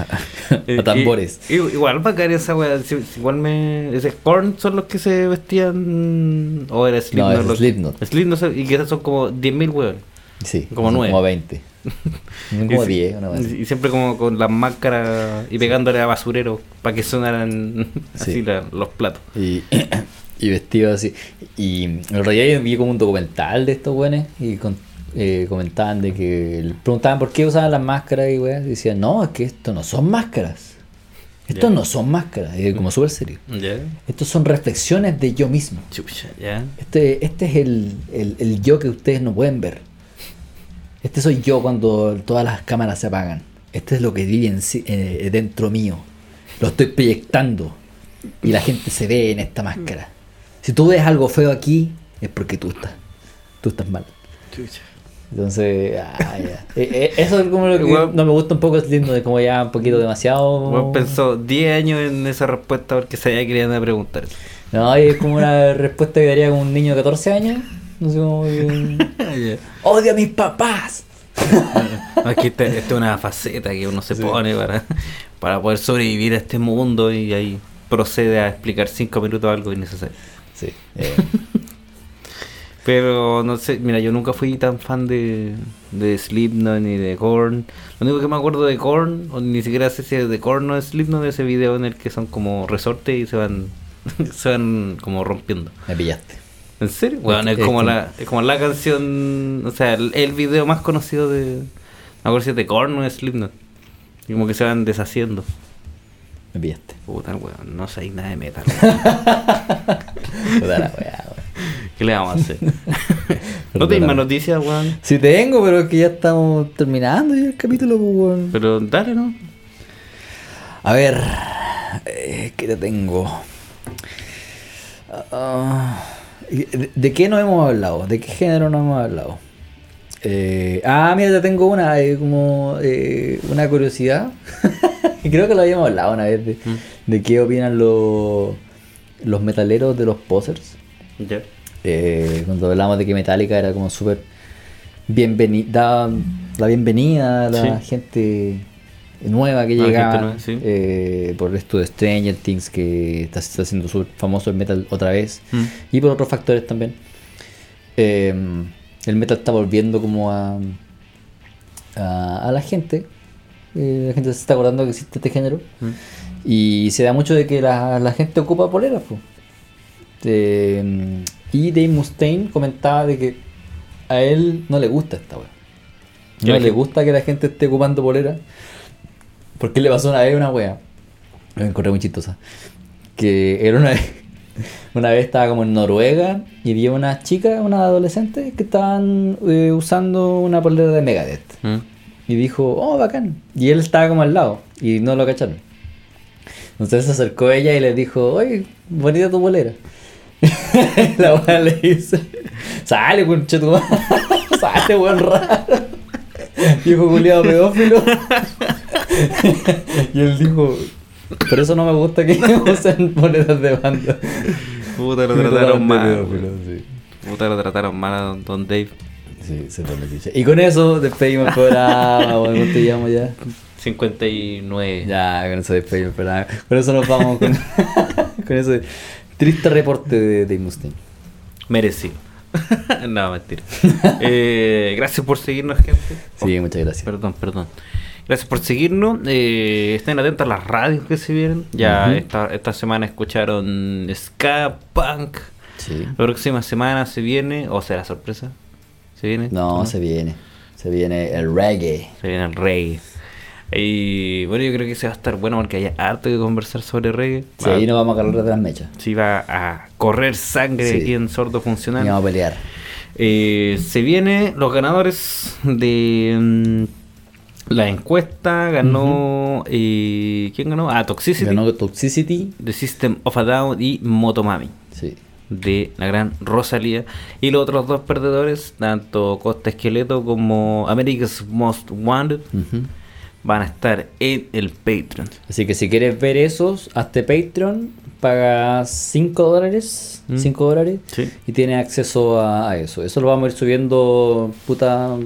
Speaker 1: a- a
Speaker 2: Eh, y-
Speaker 1: tambores.
Speaker 2: y- igual va a caer esa wea. si- si igual me. Ese Korn son los que se vestían. O era Slipknot.
Speaker 1: es
Speaker 2: los-
Speaker 1: Slipknot.
Speaker 2: Slipknot son- y quizás son como 10.000 weón.
Speaker 1: Sí,
Speaker 2: Como
Speaker 1: son
Speaker 2: nueve.
Speaker 1: Como 20. como 10, una vez.
Speaker 2: Y siempre como con las máscaras y pegándole a basurero para que sonaran así
Speaker 1: Sí.
Speaker 2: la- los platos.
Speaker 1: Y, y vestido así. Y el otro día yo vi como un documental de estos buenos y con- eh, comentaban de que le preguntaban por qué usaban las máscaras y weas. y Decían, no, es que esto no son máscaras. Esto
Speaker 2: Ya.
Speaker 1: no son máscaras. Y como súper serio.
Speaker 2: Ya.
Speaker 1: Estos son reflexiones de yo mismo.
Speaker 2: Chucha, ya.
Speaker 1: Este, este es el, el- el yo que ustedes no pueden ver. Este soy yo cuando todas las cámaras se apagan. Este es lo que vive en sí- eh, dentro mío. Lo estoy proyectando. Y la gente se ve en esta máscara. Si tú ves algo feo aquí, es porque tú estás. Tú estás mal.
Speaker 2: Chucha.
Speaker 1: Entonces, ah, ya. Eh, eh, eso es como lo que
Speaker 2: Weón.
Speaker 1: no me gusta un poco, es lindo, de como ya un poquito demasiado.
Speaker 2: pensó 10 años en esa respuesta porque sabía que le iban a preguntar.
Speaker 1: No, y es como una respuesta que daría como un niño de 14 años. No sé cómo.
Speaker 2: Ah,
Speaker 1: ¡Odio a mis papás!
Speaker 2: Aquí esta esta es una faceta que uno se pone para, para poder sobrevivir a este mundo y ahí procede a explicar 5 minutos algo innecesario.
Speaker 1: Sí. eh,
Speaker 2: Pero no sé, mira, yo nunca fui tan fan de, de Slipknot ni de Korn. Lo único que me acuerdo de Korn, o ni siquiera sé si es de Korn o de Slipknot, ese video en el que son como resorte y se van, se van como rompiendo.
Speaker 1: me pillaste.
Speaker 2: ¿En serio? Bueno, es,
Speaker 1: Es
Speaker 2: como
Speaker 1: como-
Speaker 2: la, es como la canción, o sea, el, el video más conocido de, no me acuerdo si es de Korn o de Slipknot. Y como que se van deshaciendo.
Speaker 1: Me pillaste.
Speaker 2: Puta, weón, no sé nada de metal.
Speaker 1: Puta la weá, weón.
Speaker 2: ¿Qué le vamos a hacer? ¿No tenés más noticias, weón?
Speaker 1: Sí tengo, pero es que ya estamos terminando ya el capítulo, pues, weón.
Speaker 2: Pero dale, ¿no?
Speaker 1: A ver, eh, ¿qué te tengo? Ah, ¿de, de qué no hemos hablado? ¿De qué género no hemos hablado? Eh, ah, mira, te tengo una, eh, como eh, una curiosidad. Creo que lo habíamos hablado una vez de, de qué opinan los, los metaleros de los posers.
Speaker 2: Ya.
Speaker 1: Eh, cuando hablamos de que Metallica era como súper bienvenida, la bienvenida a la
Speaker 2: Sí.
Speaker 1: gente nueva que
Speaker 2: A la
Speaker 1: llegaba
Speaker 2: gente nueva, sí.
Speaker 1: eh, por esto de Stranger Things que está, está siendo súper famoso el metal otra vez
Speaker 2: Mm.
Speaker 1: y por otros factores también. Eh, el metal está volviendo como a, a, a la gente. Eh, la gente se está acordando que existe este género.
Speaker 2: ¿Mm?
Speaker 1: Y se da mucho de que la, la gente ocupa poleras. po. Eh, y Dave Mustaine comentaba de que a él no le gusta esta weá.
Speaker 2: Ya,
Speaker 1: No le
Speaker 2: que-
Speaker 1: gusta que la gente esté ocupando poleras. Porque le pasó una vez una wea. Lo encontré muy chistosa. Que era una vez. Una vez estaba como en Noruega y había una chica, una adolescente, que estaban eh, usando una polera de Megadeth.
Speaker 2: Mm.
Speaker 1: Y dijo, oh, bacán. Y él estaba como al lado y no lo cacharon. Entonces se acercó ella y le dijo, oye, bonita tu bolera. la weá le dice, sale, weón, che, tu madre. Sale, weón, raro. Dijo culiado pedófilo. y él dijo, por eso no me gusta que usen boleras de banda.
Speaker 2: Puta, lo
Speaker 1: Me
Speaker 2: trataron
Speaker 1: trataban de
Speaker 2: mal.
Speaker 1: pedófilo,
Speaker 2: weón.
Speaker 1: sí.
Speaker 2: Puta, lo trataron mal a Don, don Dave.
Speaker 1: Sí, se toma el dicho. Y con eso despedimos el programa, weón, ¿cuánto llevamos ya?
Speaker 2: 59.
Speaker 1: Ya, con eso despedimos, pero nada, con eso nos vamos con, con ese triste reporte de Dave Mustaine.
Speaker 2: Merecido. no, mentira. Eh, gracias por seguirnos, gente.
Speaker 1: Sí, muchas gracias.
Speaker 2: Perdón, perdón. Gracias por seguirnos. Eh, estén atentos a las radios que se vienen. Ya
Speaker 1: Ujú.
Speaker 2: esta, esta semana escucharon Ska Punk.
Speaker 1: Sí.
Speaker 2: La próxima semana se viene, o será sorpresa, se viene.
Speaker 1: No, se viene. Se viene el reggae.
Speaker 2: Se viene el reggae. Y bueno, yo creo que se va a estar bueno porque hay harto que conversar sobre reggae.
Speaker 1: Sí, ahí nos vamos a agarrar de las mechas.
Speaker 2: Sí, va a correr sangre
Speaker 1: Sí.
Speaker 2: aquí en Sordo
Speaker 1: Y
Speaker 2: Funcional.
Speaker 1: vamos a pelear.
Speaker 2: Eh, se viene los ganadores de mm, la encuesta. Ganó. eh, ¿Quién ganó? Ah, Toxicity.
Speaker 1: Ganó Toxicity.
Speaker 2: The System of a Down y Motomami
Speaker 1: Sí.
Speaker 2: de la gran Rosalía. Y los otros dos perdedores, tanto Costa Esqueleto como America's Most Wanted,
Speaker 1: Ujú.
Speaker 2: van a estar en el Patreon.
Speaker 1: Así que si quieres ver esos, hazte Patreon, pagas 5 dólares,
Speaker 2: Mm.
Speaker 1: 5 dólares
Speaker 2: Sí.
Speaker 1: y tienes acceso a, a eso. Eso lo vamos a ir subiendo puta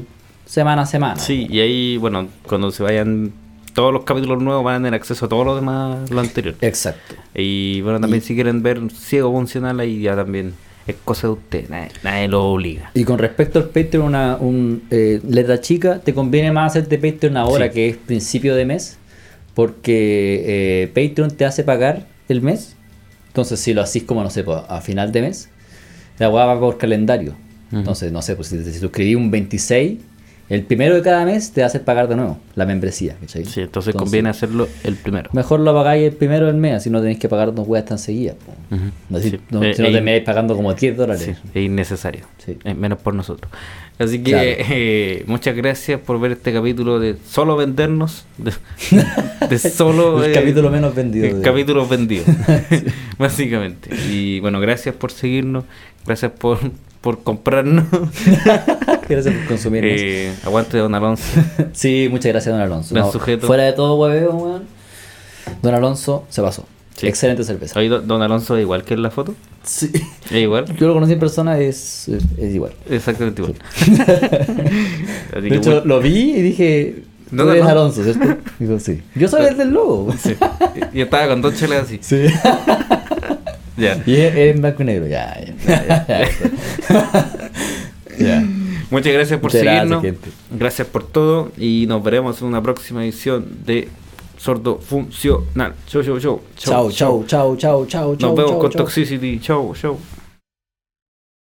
Speaker 1: semana a semana.
Speaker 2: Sí, y ahí, bueno, cuando se vayan todos los capítulos nuevos, van a tener acceso a todo lo demás, lo anterior.
Speaker 1: Exacto.
Speaker 2: Y bueno, también si quieren ver Ciego Funcional, ahí ya también es cosa de usted, nadie, nadie lo obliga.
Speaker 1: Y con respecto al Patreon, una un, eh, letra chica, te conviene más hacerte Patreon ahora
Speaker 2: Sí.
Speaker 1: que es principio de mes, porque eh, Patreon te hace pagar el mes. Entonces, si lo haces como, no sé, pues, a final de mes, la weá va por calendario. Entonces, no sé, pues si te si suscribí un 26, el primero de cada mes te hace pagar de nuevo la membresía. ¿cachai?
Speaker 2: Sí, entonces conviene hacerlo el primero.
Speaker 1: Mejor lo pagáis el primero del mes, así no tenéis que pagar dos weas tan seguidas. po.
Speaker 2: Ujú.
Speaker 1: No, si
Speaker 2: Sí.
Speaker 1: no,
Speaker 2: Eh,
Speaker 1: si no
Speaker 2: eh,
Speaker 1: termináis pagando como 10 dólares.
Speaker 2: Sí, es innecesario.
Speaker 1: Sí.
Speaker 2: Eh, menos por nosotros. Así que
Speaker 1: Claro.
Speaker 2: eh, muchas gracias por ver este capítulo de solo vendernos. De, de solo.
Speaker 1: El
Speaker 2: eh,
Speaker 1: capítulo menos vendido,
Speaker 2: El
Speaker 1: digamos.
Speaker 2: capítulo vendido. Básicamente. Y bueno, gracias por seguirnos. Gracias por, por comprarnos.
Speaker 1: Gracias por consumirnos.
Speaker 2: Eh, aguante, don Alonso.
Speaker 1: Sí, muchas gracias, don Alonso.
Speaker 2: Gran
Speaker 1: No,
Speaker 2: sujeto.
Speaker 1: Fuera de todo, hueveo, weón. Don Alonso se pasó.
Speaker 2: Sí.
Speaker 1: Excelente cerveza.
Speaker 2: Oye, don don Alonso es igual que en la foto.
Speaker 1: Sí.
Speaker 2: Es igual.
Speaker 1: Yo lo conocí en persona, es, es igual.
Speaker 2: Exactamente igual. Así que
Speaker 1: de hecho,
Speaker 2: bueno,
Speaker 1: lo vi y dije,
Speaker 2: No,
Speaker 1: tú
Speaker 2: no,
Speaker 1: eres
Speaker 2: no.
Speaker 1: Alonso, ¿cierto? Digo, sí. Yo soy el del lobo.
Speaker 2: sí. Yo estaba con dos chelas así.
Speaker 1: Sí.
Speaker 2: Ya.
Speaker 1: y es, es en blanco y negro, ya. Ya. ya.
Speaker 2: Muchas gracias por
Speaker 1: Muchas gracias,
Speaker 2: seguirnos.
Speaker 1: gente.
Speaker 2: Gracias, por todo. Y nos veremos en una próxima edición de Sordo Funcional. Chau, chau, chau.
Speaker 1: Chao, chau, chau, chau, chau, chau.
Speaker 2: Nos vemos
Speaker 1: chau,
Speaker 2: con
Speaker 1: chau.
Speaker 2: Toxicity. Chau, chau.